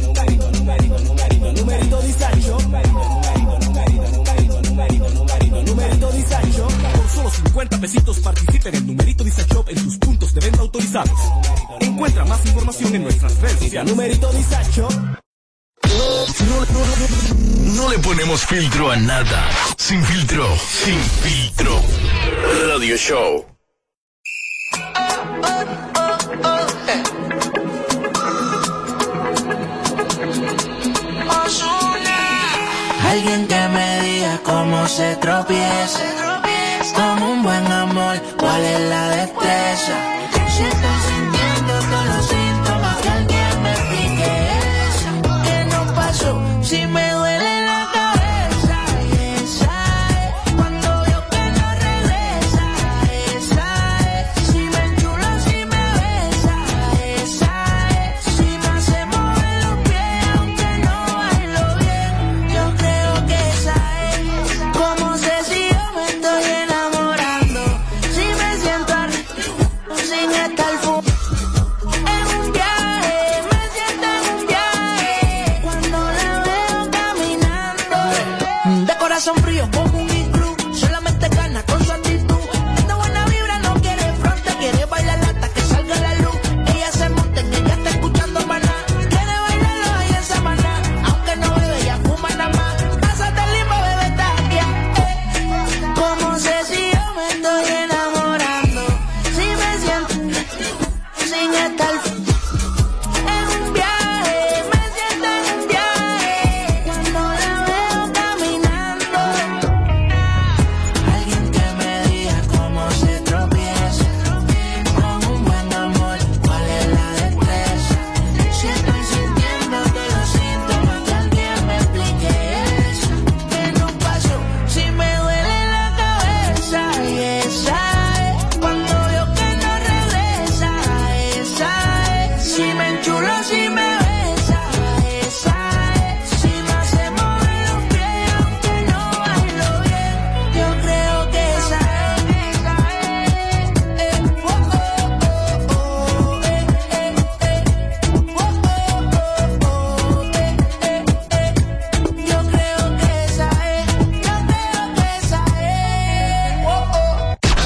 Speaker 9: numerito, numerito, numerito, numerito, numerito disacho. Numerito, numerito, numerito, numerito, numerito, numerito, numerito disacho. Por solo 50 pesitos participa en el numerito disacho en tus puntos de venta autorizados. Encuentra más información en nuestras redes sociales. Numerito disacho.
Speaker 22: No le ponemos filtro a nada. Sin filtro. Sin filtro.
Speaker 2: Radio Show.
Speaker 3: Alguien que me diga cómo se tropieza. Como un buen amor, cuál es la destreza. Si estoy sintiendo todos los síntomas, que alguien me explique eso. ¿Qué no pasó? Si me duele la cabeza, esa es. Cuando veo que no regresa, esa es. Si me enchula, si me besa, esa es. Si me hace mover los pies, aunque no bailo bien. Yo creo que esa es Eh,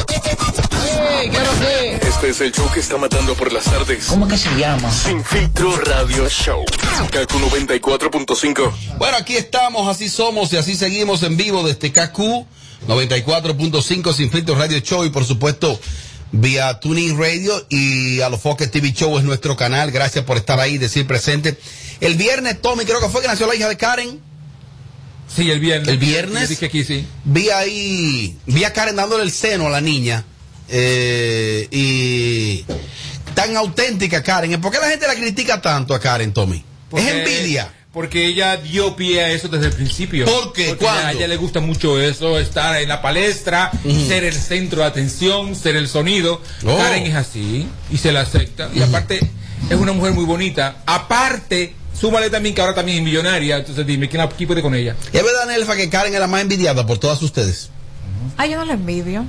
Speaker 2: Deportes, Este el show que está matando por las tardes.
Speaker 4: ¿Cómo que se llama?
Speaker 2: Sin filtro radio show. KQ 94.5.
Speaker 4: Bueno, aquí estamos, así somos y así seguimos en vivo desde KQ 94.5 Sin Filtro Radio Show y por supuesto vía Tuning Radio y a los Focus TV Show es nuestro canal. Gracias por estar ahí, decir presente. El viernes, Tommy, creo que fue que nació la hija de Karen.
Speaker 8: Sí, el viernes.
Speaker 4: El viernes.
Speaker 8: Yo dije aquí sí.
Speaker 4: Vi ahí, vi a Karen dándole el seno a la niña. eh, y tan auténtica Karen. ¿Por qué la gente la critica tanto a Karen, Tommy?
Speaker 8: Porque-
Speaker 4: es envidia.
Speaker 8: Porque ella dio pie a eso desde el principio.
Speaker 4: ¿Por qué?
Speaker 8: Porque
Speaker 4: ¿Cuándo?
Speaker 8: A ella le gusta mucho eso, estar en la palestra, ser el centro de atención, ser el sonido.
Speaker 4: Oh.
Speaker 8: Karen es así y se la acepta. Y aparte, es una mujer muy bonita. Aparte, súmale también que ahora también es millonaria. Entonces dime, ¿quién, la- quién puede con ella?
Speaker 4: ¿Es verdad, Nelfa, que Karen era más envidiada por todas ustedes?
Speaker 1: Ay, yo no la envidio.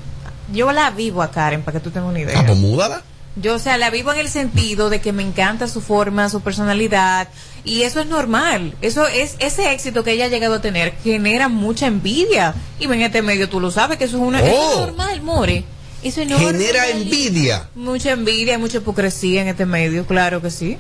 Speaker 1: Yo la vivo a Karen, para que tú tengas una idea.
Speaker 4: Pues múdala.
Speaker 1: Yo, o sea, la vivo en el sentido de que me encanta su forma, su personalidad, y eso es normal. Eso es ese éxito que ella ha llegado a tener genera mucha envidia. Y en este medio tú lo sabes que eso es una eso es
Speaker 4: Oh.
Speaker 1: normal, more. Eso es normal.
Speaker 4: Genera envidia.
Speaker 1: Mucha envidia, mucha hipocresía en este medio, claro que sí.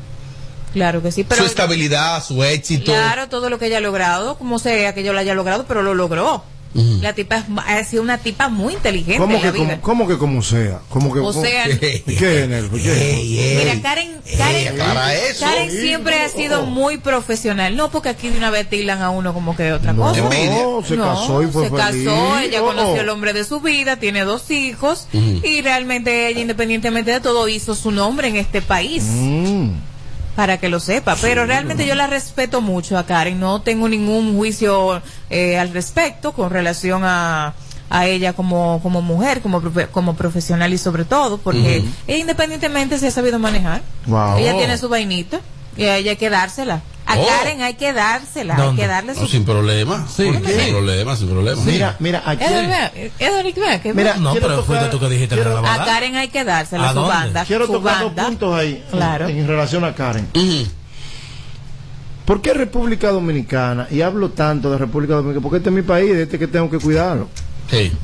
Speaker 1: Claro que sí, pero
Speaker 4: su estabilidad, su éxito.
Speaker 1: Claro, todo lo que ella ha logrado, como sea que yo lo haya logrado, pero lo logró.
Speaker 4: Ujú.
Speaker 1: La tipa es, ma- ha sido una tipa muy inteligente
Speaker 5: ¿Cómo
Speaker 1: en
Speaker 5: que,
Speaker 1: la vida.
Speaker 5: como, cómo que como sea? ¿Cómo que
Speaker 1: O
Speaker 5: cómo-
Speaker 1: sea-
Speaker 5: ¿Qué, Nelfa? ¿Qué?
Speaker 1: Mira, Karen, Karen,
Speaker 5: aclara eso.
Speaker 1: Karen siempre ha sido muy profesional. No porque aquí de una vez tilan a uno como que otra
Speaker 5: No,
Speaker 1: cosa.
Speaker 5: envidia. se casó y fue
Speaker 1: se casó,
Speaker 5: feliz.
Speaker 1: ella
Speaker 5: Oh.
Speaker 1: conoció el hombre de su vida, tiene dos hijos
Speaker 5: Ujú.
Speaker 1: y realmente ella, independientemente de todo, hizo su nombre en este país.
Speaker 5: Mm.
Speaker 1: Para que lo sepa, pero realmente yo la respeto mucho a Karen, no tengo ningún juicio eh, al respecto con relación a, a ella como, como mujer, como, profe- como profesional y sobre todo, porque
Speaker 5: Ujú.
Speaker 1: ella independientemente se ha sabido manejar.
Speaker 5: Wow.
Speaker 1: Ella tiene su vainita y a ella hay que dársela. A
Speaker 4: Ah, Oh.
Speaker 1: Karen hay que dársela, hay que darle su...
Speaker 4: No, sin problema. ¿Por qué? Sin problema, sin problema.
Speaker 5: Mira, mira, aquí.
Speaker 1: Es verdad, es verdad, que-
Speaker 5: Mira, No, quiero pero
Speaker 6: fuiste tú que dijiste la
Speaker 1: a Karen hay que dársela,
Speaker 5: ¿A
Speaker 1: su
Speaker 5: dónde?
Speaker 1: banda.
Speaker 5: Quiero
Speaker 1: su
Speaker 5: tocar dos
Speaker 1: banda.
Speaker 5: puntos ahí
Speaker 1: Claro.
Speaker 5: en, en relación a Karen. ¿Por qué República Dominicana, y hablo tanto de República Dominicana, porque este es mi país, de este que tengo que cuidarlo,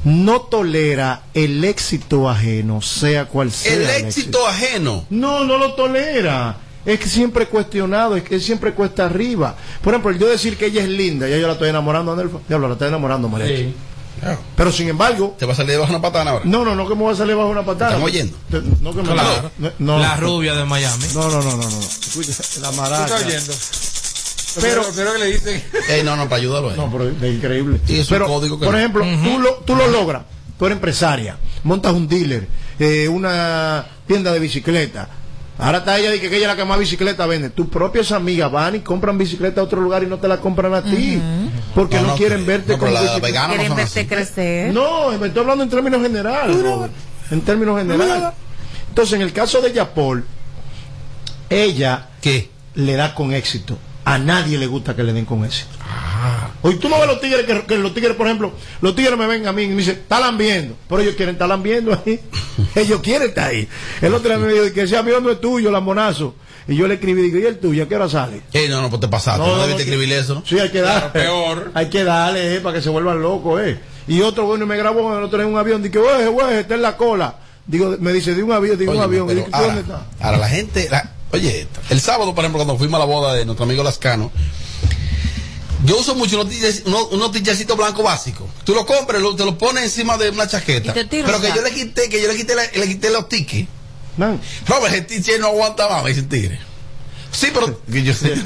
Speaker 5: no tolera el éxito ajeno, sea cual sea?
Speaker 4: El éxito ajeno.
Speaker 5: No, no lo tolera. Es que siempre cuestionado, es que siempre cuesta arriba. Por ejemplo, el yo decir que ella es linda, ya yo la estoy enamorando, Anelfa. Diablo, la estoy enamorando, María. Pero sin embargo.
Speaker 4: ¿Te va a salir debajo de una patana ahora?
Speaker 5: No, no, no que me va a salir bajo una patada.
Speaker 4: ¿Estamos oyendo?
Speaker 5: Te- No que me
Speaker 6: Claro.
Speaker 5: no.
Speaker 6: La rubia de Miami.
Speaker 5: No, no, no, no, no. Escucha, la maraca.
Speaker 8: ¿Tú estás oyendo?
Speaker 5: Pero-
Speaker 8: creo que le dicen.
Speaker 4: no, no, para ayudarlo.
Speaker 5: No, pero es increíble.
Speaker 4: Y es un
Speaker 5: Pero,
Speaker 4: código que
Speaker 5: por
Speaker 4: no.
Speaker 5: ejemplo, tú lo, tú lo logras. Tú eres empresaria, montas un dealer, eh, una tienda de bicicleta. Ahora está ella de que que ella es la que más bicicleta vende. Tus propias amigas van y compran bicicleta a otro lugar y no te la compran a ti. Porque no, quieren verte con bicicleta.
Speaker 1: Quieren verte crecer.
Speaker 5: No, me estoy hablando en términos generales. Robert. En términos generales. Entonces, en el caso de Yapol, ella le da con éxito. A nadie le gusta que le den con éxito. Hoy tú no ves los tigres, que, que los tigres, por ejemplo, los tigres me ven a mí y me dicen, talan viendo. Pero ellos quieren talan viendo ahí. ellos quieren estar ahí. El otro día me dijo que ese amigo no es tuyo, lambonazo. Y yo le escribí, digo, ¿y el tuyo? ¿A qué hora sale?
Speaker 4: Eh, no, no, pues te pasaste.
Speaker 5: No,
Speaker 4: No,
Speaker 5: no,
Speaker 4: debiste
Speaker 5: no,
Speaker 4: escribirle eso. ¿no?
Speaker 5: Sí, hay que darle. Hay que darle, eh, para que se vuelvan locos, eh. Y otro bueno me grabó, el otro en un avión, dije, güey, güey, está en la cola. Digo, me dice, de un avión, de un
Speaker 4: Óyeme,
Speaker 5: avión.
Speaker 4: pero
Speaker 5: Digo, ¿tú
Speaker 4: ahora,
Speaker 5: dónde está?
Speaker 4: ahora la gente. la- oye, el sábado, por ejemplo, cuando fuimos a la boda de nuestro amigo Lascano, yo uso mucho unos tichecitos blancos básicos. Tú lo compras, lo- te lo pones encima de una chaqueta.
Speaker 2: Y te tira
Speaker 4: Pero que
Speaker 2: un
Speaker 4: yo le quité, que yo le quité, la- le quité los tickets. Robert, el tiche no aguanta más, me dice el tigre. Sí, pero. que yo sé. O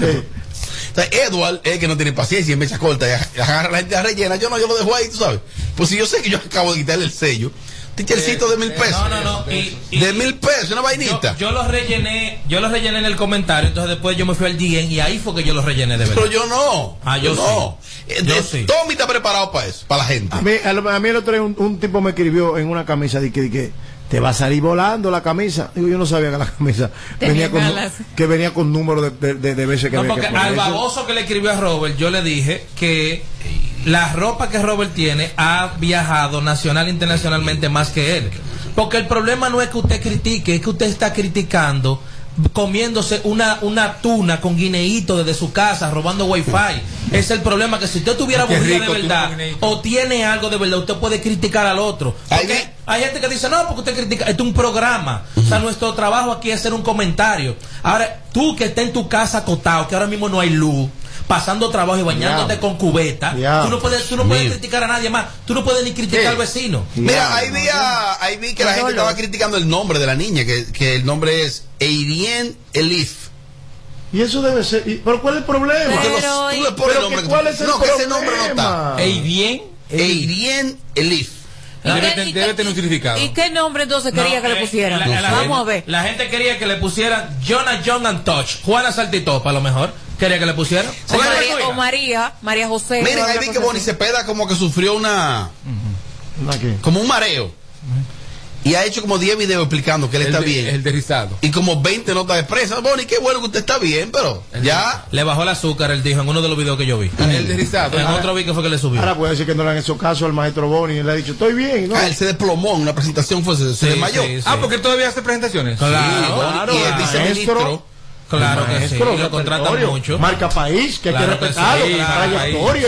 Speaker 4: sea, Edward es que no tiene paciencia y mecha corta y agarra la gente la rellena. Yo no, yo lo dejo ahí, tú sabes. Pues si yo sé que yo acabo de quitarle el sello, tichercito de mil pesos.
Speaker 6: Eh, No, no, no. Y,
Speaker 4: De mil pesos, una vainita.
Speaker 6: Yo los rellené, yo los rellené en el comentario, entonces después yo me fui al DM y ahí fue que yo los rellené de verdad.
Speaker 4: Pero yo no.
Speaker 6: Ah, yo
Speaker 4: no. Eh, de- Tommy está preparado para eso, para la gente.
Speaker 5: A mí, a lo- a mí el otro día un, un tipo me escribió en una camisa, dije, dije, te va a salir volando la camisa. Digo, yo no sabía que la camisa
Speaker 6: Tenía
Speaker 5: venía con, nu-
Speaker 6: alas.
Speaker 5: que venía con número de, de- de- de veces que
Speaker 6: No,
Speaker 5: había
Speaker 6: porque
Speaker 5: que poner.
Speaker 6: al
Speaker 5: Eso-
Speaker 6: baboso que le escribió a Robert, yo le dije que la ropa que Robert tiene ha viajado nacional e internacionalmente más que él. Porque el problema no es que usted critique, es que usted está criticando comiéndose una, una tuna con guineíto desde su casa, robando wifi. es el problema que si usted tuviera
Speaker 8: Qué
Speaker 6: burrilla de
Speaker 8: rico, tuna
Speaker 6: verdad
Speaker 8: con
Speaker 6: o tiene algo de verdad, usted puede criticar al otro. Porque hay gente que dice, no, porque usted critica, este es un programa. O sea, nuestro trabajo aquí es hacer un comentario. Ahora, tú que estás en tu casa acotado, que ahora mismo no hay luz, pasando trabajo y bañándote
Speaker 4: Ya.
Speaker 6: con cubeta,
Speaker 4: Ya.
Speaker 6: tú no puedes, tú no puedes
Speaker 4: Mira.
Speaker 6: criticar a nadie más, tú no puedes ni criticar al vecino.
Speaker 4: Mira, ahí vi, a- ahí vi que la gente estaba criticando el nombre de la niña, que, que el nombre es Eirien Elif.
Speaker 5: Y eso debe ser. y- pero ¿cuál es el problema?
Speaker 4: Porque los- tú le pones
Speaker 5: Pero
Speaker 4: el nombre
Speaker 5: que
Speaker 4: que
Speaker 5: ¿Cuál
Speaker 4: tú-
Speaker 5: es el
Speaker 4: no, que
Speaker 5: problema?
Speaker 4: ese nombre no está.
Speaker 8: Eirien.
Speaker 4: Eirien Elif.
Speaker 1: Debe ten- debe
Speaker 6: tener un significado.
Speaker 1: ¿Y qué nombre entonces quería
Speaker 4: eh,
Speaker 1: que le pusieran? Vamos a ver.
Speaker 6: La gente quería que le pusieran Jonah John and Touch, Juana Saltitopa a lo mejor. Quería que le pusieran.
Speaker 1: O María, o María, María José.
Speaker 4: Miren,
Speaker 1: o
Speaker 4: ahí
Speaker 1: alguna
Speaker 4: vi que
Speaker 1: cosa
Speaker 4: Bonnie
Speaker 1: así.
Speaker 4: Cepeda como que sufrió una. Como un mareo. Y ha hecho como 10 videos explicando que él está bien. El
Speaker 8: derrizado.
Speaker 4: Y como 20 notas de prensa. Bonnie, qué bueno que usted está bien, pero ya.
Speaker 6: Le bajó el azúcar, él dijo, en uno de los videos que yo vi.
Speaker 4: El deslizado.
Speaker 6: En otro vi que fue que le subió.
Speaker 5: Ahora puede decir que no le han hecho caso al maestro Boni. Él le ha dicho, estoy bien. ¿no?
Speaker 4: Ah, él se desplomó en una presentación, fue, se, se
Speaker 5: Sí,
Speaker 4: desmayó.
Speaker 5: sí, sí.
Speaker 8: Ah, porque todavía hace presentaciones.
Speaker 4: Sí, Bonnie, y el viceministro.
Speaker 6: Claro que
Speaker 5: Maestro,
Speaker 6: sí, lo contratan
Speaker 5: repertorio,
Speaker 6: mucho.
Speaker 5: Marca país, que hay
Speaker 6: Claro
Speaker 5: que
Speaker 6: que
Speaker 5: respetarlo.
Speaker 6: sí, claro,
Speaker 5: trayectoria.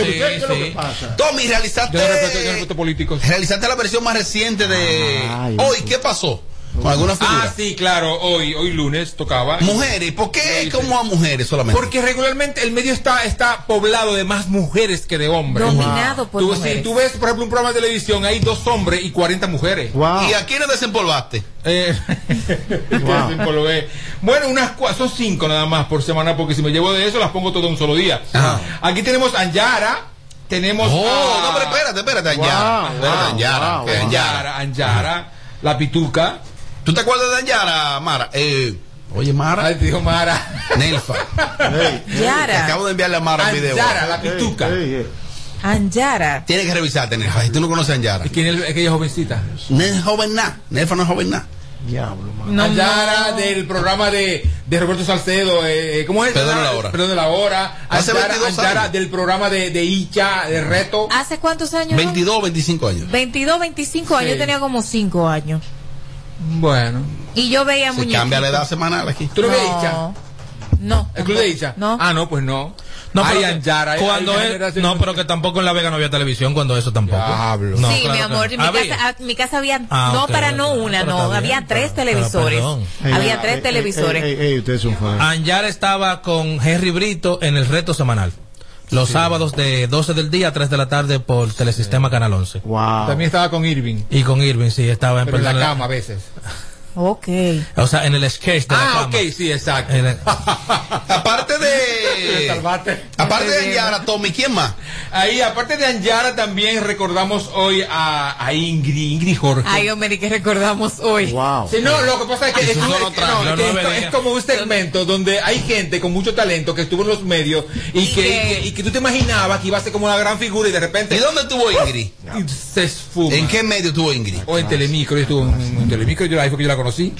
Speaker 6: país,
Speaker 5: ¿y ¿Qué
Speaker 6: sí,
Speaker 5: qué es lo que
Speaker 6: sí.
Speaker 5: pasa?
Speaker 4: Tommy, realizaste. Realizaste la versión más reciente de. Hoy, ¿qué pasó? Con alguna figura.
Speaker 8: Ah, sí, claro, hoy, hoy lunes tocaba.
Speaker 4: Mujeres, ¿por qué como a mujeres solamente?
Speaker 8: Porque regularmente el medio está, está poblado de más mujeres que de hombres.
Speaker 4: Dominado por
Speaker 8: tú,
Speaker 4: mujeres.
Speaker 8: Si tú ves, por ejemplo, un programa de televisión, hay dos hombres y 40 mujeres.
Speaker 4: ¿Y a quiénes desempolvaste?
Speaker 8: Eh,
Speaker 4: Wow.
Speaker 8: empolvé. Bueno, unas cua- son cinco nada más por semana, porque si me llevo de eso, las pongo todas un solo día. Aquí tenemos a Yara. Tenemos.
Speaker 4: Oh,
Speaker 8: a-
Speaker 4: no, pero espérate, espérate, Anyara. Espérate, Anyara, que Anyara.
Speaker 8: Anyara, Anyara, la pituca.
Speaker 4: ¿Tú te acuerdas de Anyara, Mara? Eh, oye, Mara.
Speaker 8: Ay, dijo Mara.
Speaker 4: Nelfa. Te
Speaker 1: Yara.
Speaker 4: acabo de enviarle a Mara un video.
Speaker 1: Anyara, la
Speaker 4: pituca.
Speaker 1: Anjara.
Speaker 4: Tienes que revisarte, Nelfa. Si tú no conoces a Anyara.
Speaker 8: ¿Quién es aquella jovencita?
Speaker 4: No es joven nada. Nelfa no es joven nada.
Speaker 5: Diablo,
Speaker 8: No, Ayara del programa de, de Roberto Salcedo, eh, ¿cómo es?
Speaker 4: Perdón la hora.
Speaker 8: Perdón de la hora.
Speaker 4: Hace
Speaker 8: Ayara-
Speaker 4: 22
Speaker 8: Ayara
Speaker 4: años.
Speaker 8: del programa de, de Icha, de Reto.
Speaker 1: ¿Hace cuántos años?
Speaker 4: 22, 25 años.
Speaker 1: 22, 25 años.
Speaker 8: Sí.
Speaker 1: Yo tenía como 5 años.
Speaker 8: Bueno.
Speaker 1: Y yo veía
Speaker 4: Se
Speaker 1: muñequitos.
Speaker 4: cambia la edad semanal aquí.
Speaker 8: ¿Tú no ves Icha?
Speaker 1: No. No.
Speaker 8: ¿El club de Icha? Ah, no, pues no. No,
Speaker 6: pero
Speaker 8: Ay,
Speaker 6: que-
Speaker 8: Anjara, hay-
Speaker 6: cuando
Speaker 8: hay
Speaker 6: él-
Speaker 8: una generación-
Speaker 6: no, pero que tampoco en La Vega no había televisión cuando eso tampoco. No,
Speaker 1: sí,
Speaker 6: claro
Speaker 1: mi
Speaker 6: que
Speaker 1: amor,
Speaker 6: no. Ah,
Speaker 1: en mi,
Speaker 6: Había.
Speaker 1: casa, a- mi casa había,
Speaker 6: Ah,
Speaker 1: no
Speaker 6: ok,
Speaker 1: para
Speaker 6: ok,
Speaker 1: no una,
Speaker 6: pero
Speaker 1: no,
Speaker 6: está bien,
Speaker 1: había tres televisores.
Speaker 6: perdón. eh,
Speaker 1: había
Speaker 6: Ey,
Speaker 1: tres
Speaker 6: ey,
Speaker 1: televisores.
Speaker 5: Ey, ey, ustedes
Speaker 6: Ah,
Speaker 5: son fans.
Speaker 6: Anyara estaba con Henry Brito en el reto semanal. Los sábados de 12 del día a 3 de la tarde por Telesistema Canal 11.
Speaker 8: También estaba con Irving.
Speaker 6: Y con Irving, sí, estaba en,
Speaker 8: Pero en la
Speaker 6: perdón,
Speaker 8: cama a veces.
Speaker 1: Ok.
Speaker 6: O sea, en el sketch de la
Speaker 8: Ah,
Speaker 6: cama.
Speaker 8: ok, sí, exacto.
Speaker 6: En el-
Speaker 4: Aparte de. Aparte de Anyara, Tommy, ¿quién más?
Speaker 8: Ahí, aparte de Anjara, también recordamos hoy a, a Ingrid, Ingrid Jorge.
Speaker 1: Ay, hombre, ¿y qué recordamos hoy?
Speaker 5: Wow.
Speaker 8: Sí, no, lo que pasa es que, es, un-
Speaker 1: solo
Speaker 8: no,
Speaker 1: trago.
Speaker 8: que
Speaker 1: No, no
Speaker 8: esto-
Speaker 1: me
Speaker 8: es
Speaker 1: digas.
Speaker 8: como un segmento donde hay gente con mucho talento que estuvo en los medios y, que, y que- y que tú te imaginabas que iba a ser como una gran figura y de repente.
Speaker 4: ¿Y dónde estuvo Ingrid?
Speaker 8: Y Se esfuma.
Speaker 4: ¿En qué medio estuvo Ingrid?
Speaker 8: O en Telemicro, yo estuve en, en Telemicro, yo, ahí fue que yo la conocí.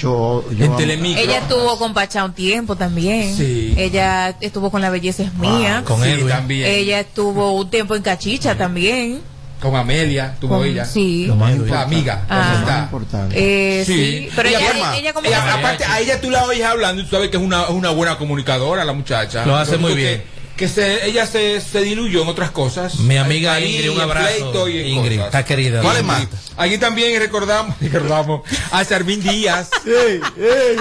Speaker 8: en Telemicro.
Speaker 1: Ella estuvo con Pachá un tiempo también.
Speaker 8: Sí.
Speaker 1: Ella estuvo con La Belleza es
Speaker 6: Ah,
Speaker 1: Mía.
Speaker 8: con Sí, Edwin. también.
Speaker 1: Ella estuvo un tiempo en Cachicha también.
Speaker 8: Con Amelia, tuvo
Speaker 1: Con-
Speaker 8: ella.
Speaker 1: sí. Lo más
Speaker 8: La amiga.
Speaker 1: Ah.
Speaker 8: ¿dónde está?
Speaker 1: Eh, sí. Pero
Speaker 8: Y
Speaker 1: ella,
Speaker 8: además,
Speaker 1: ella, como
Speaker 8: ella-
Speaker 1: que-
Speaker 8: aparte, a ella tú la oyes hablando y tú sabes que es una, es una buena comunicadora la muchacha.
Speaker 6: Lo hace muy
Speaker 8: único
Speaker 6: bien.
Speaker 8: Que, que se, ella se, se diluyó en otras cosas.
Speaker 6: Mi amiga
Speaker 8: Ahí,
Speaker 6: Ingrid, un
Speaker 8: en
Speaker 6: abrazo,
Speaker 8: pleito y en
Speaker 6: Ingrid,
Speaker 8: cosas.
Speaker 6: está querida.
Speaker 8: ¿Cuál es
Speaker 6: Ingrid.
Speaker 8: más? Aquí también recordamos, recordamos a Sarmín Díaz.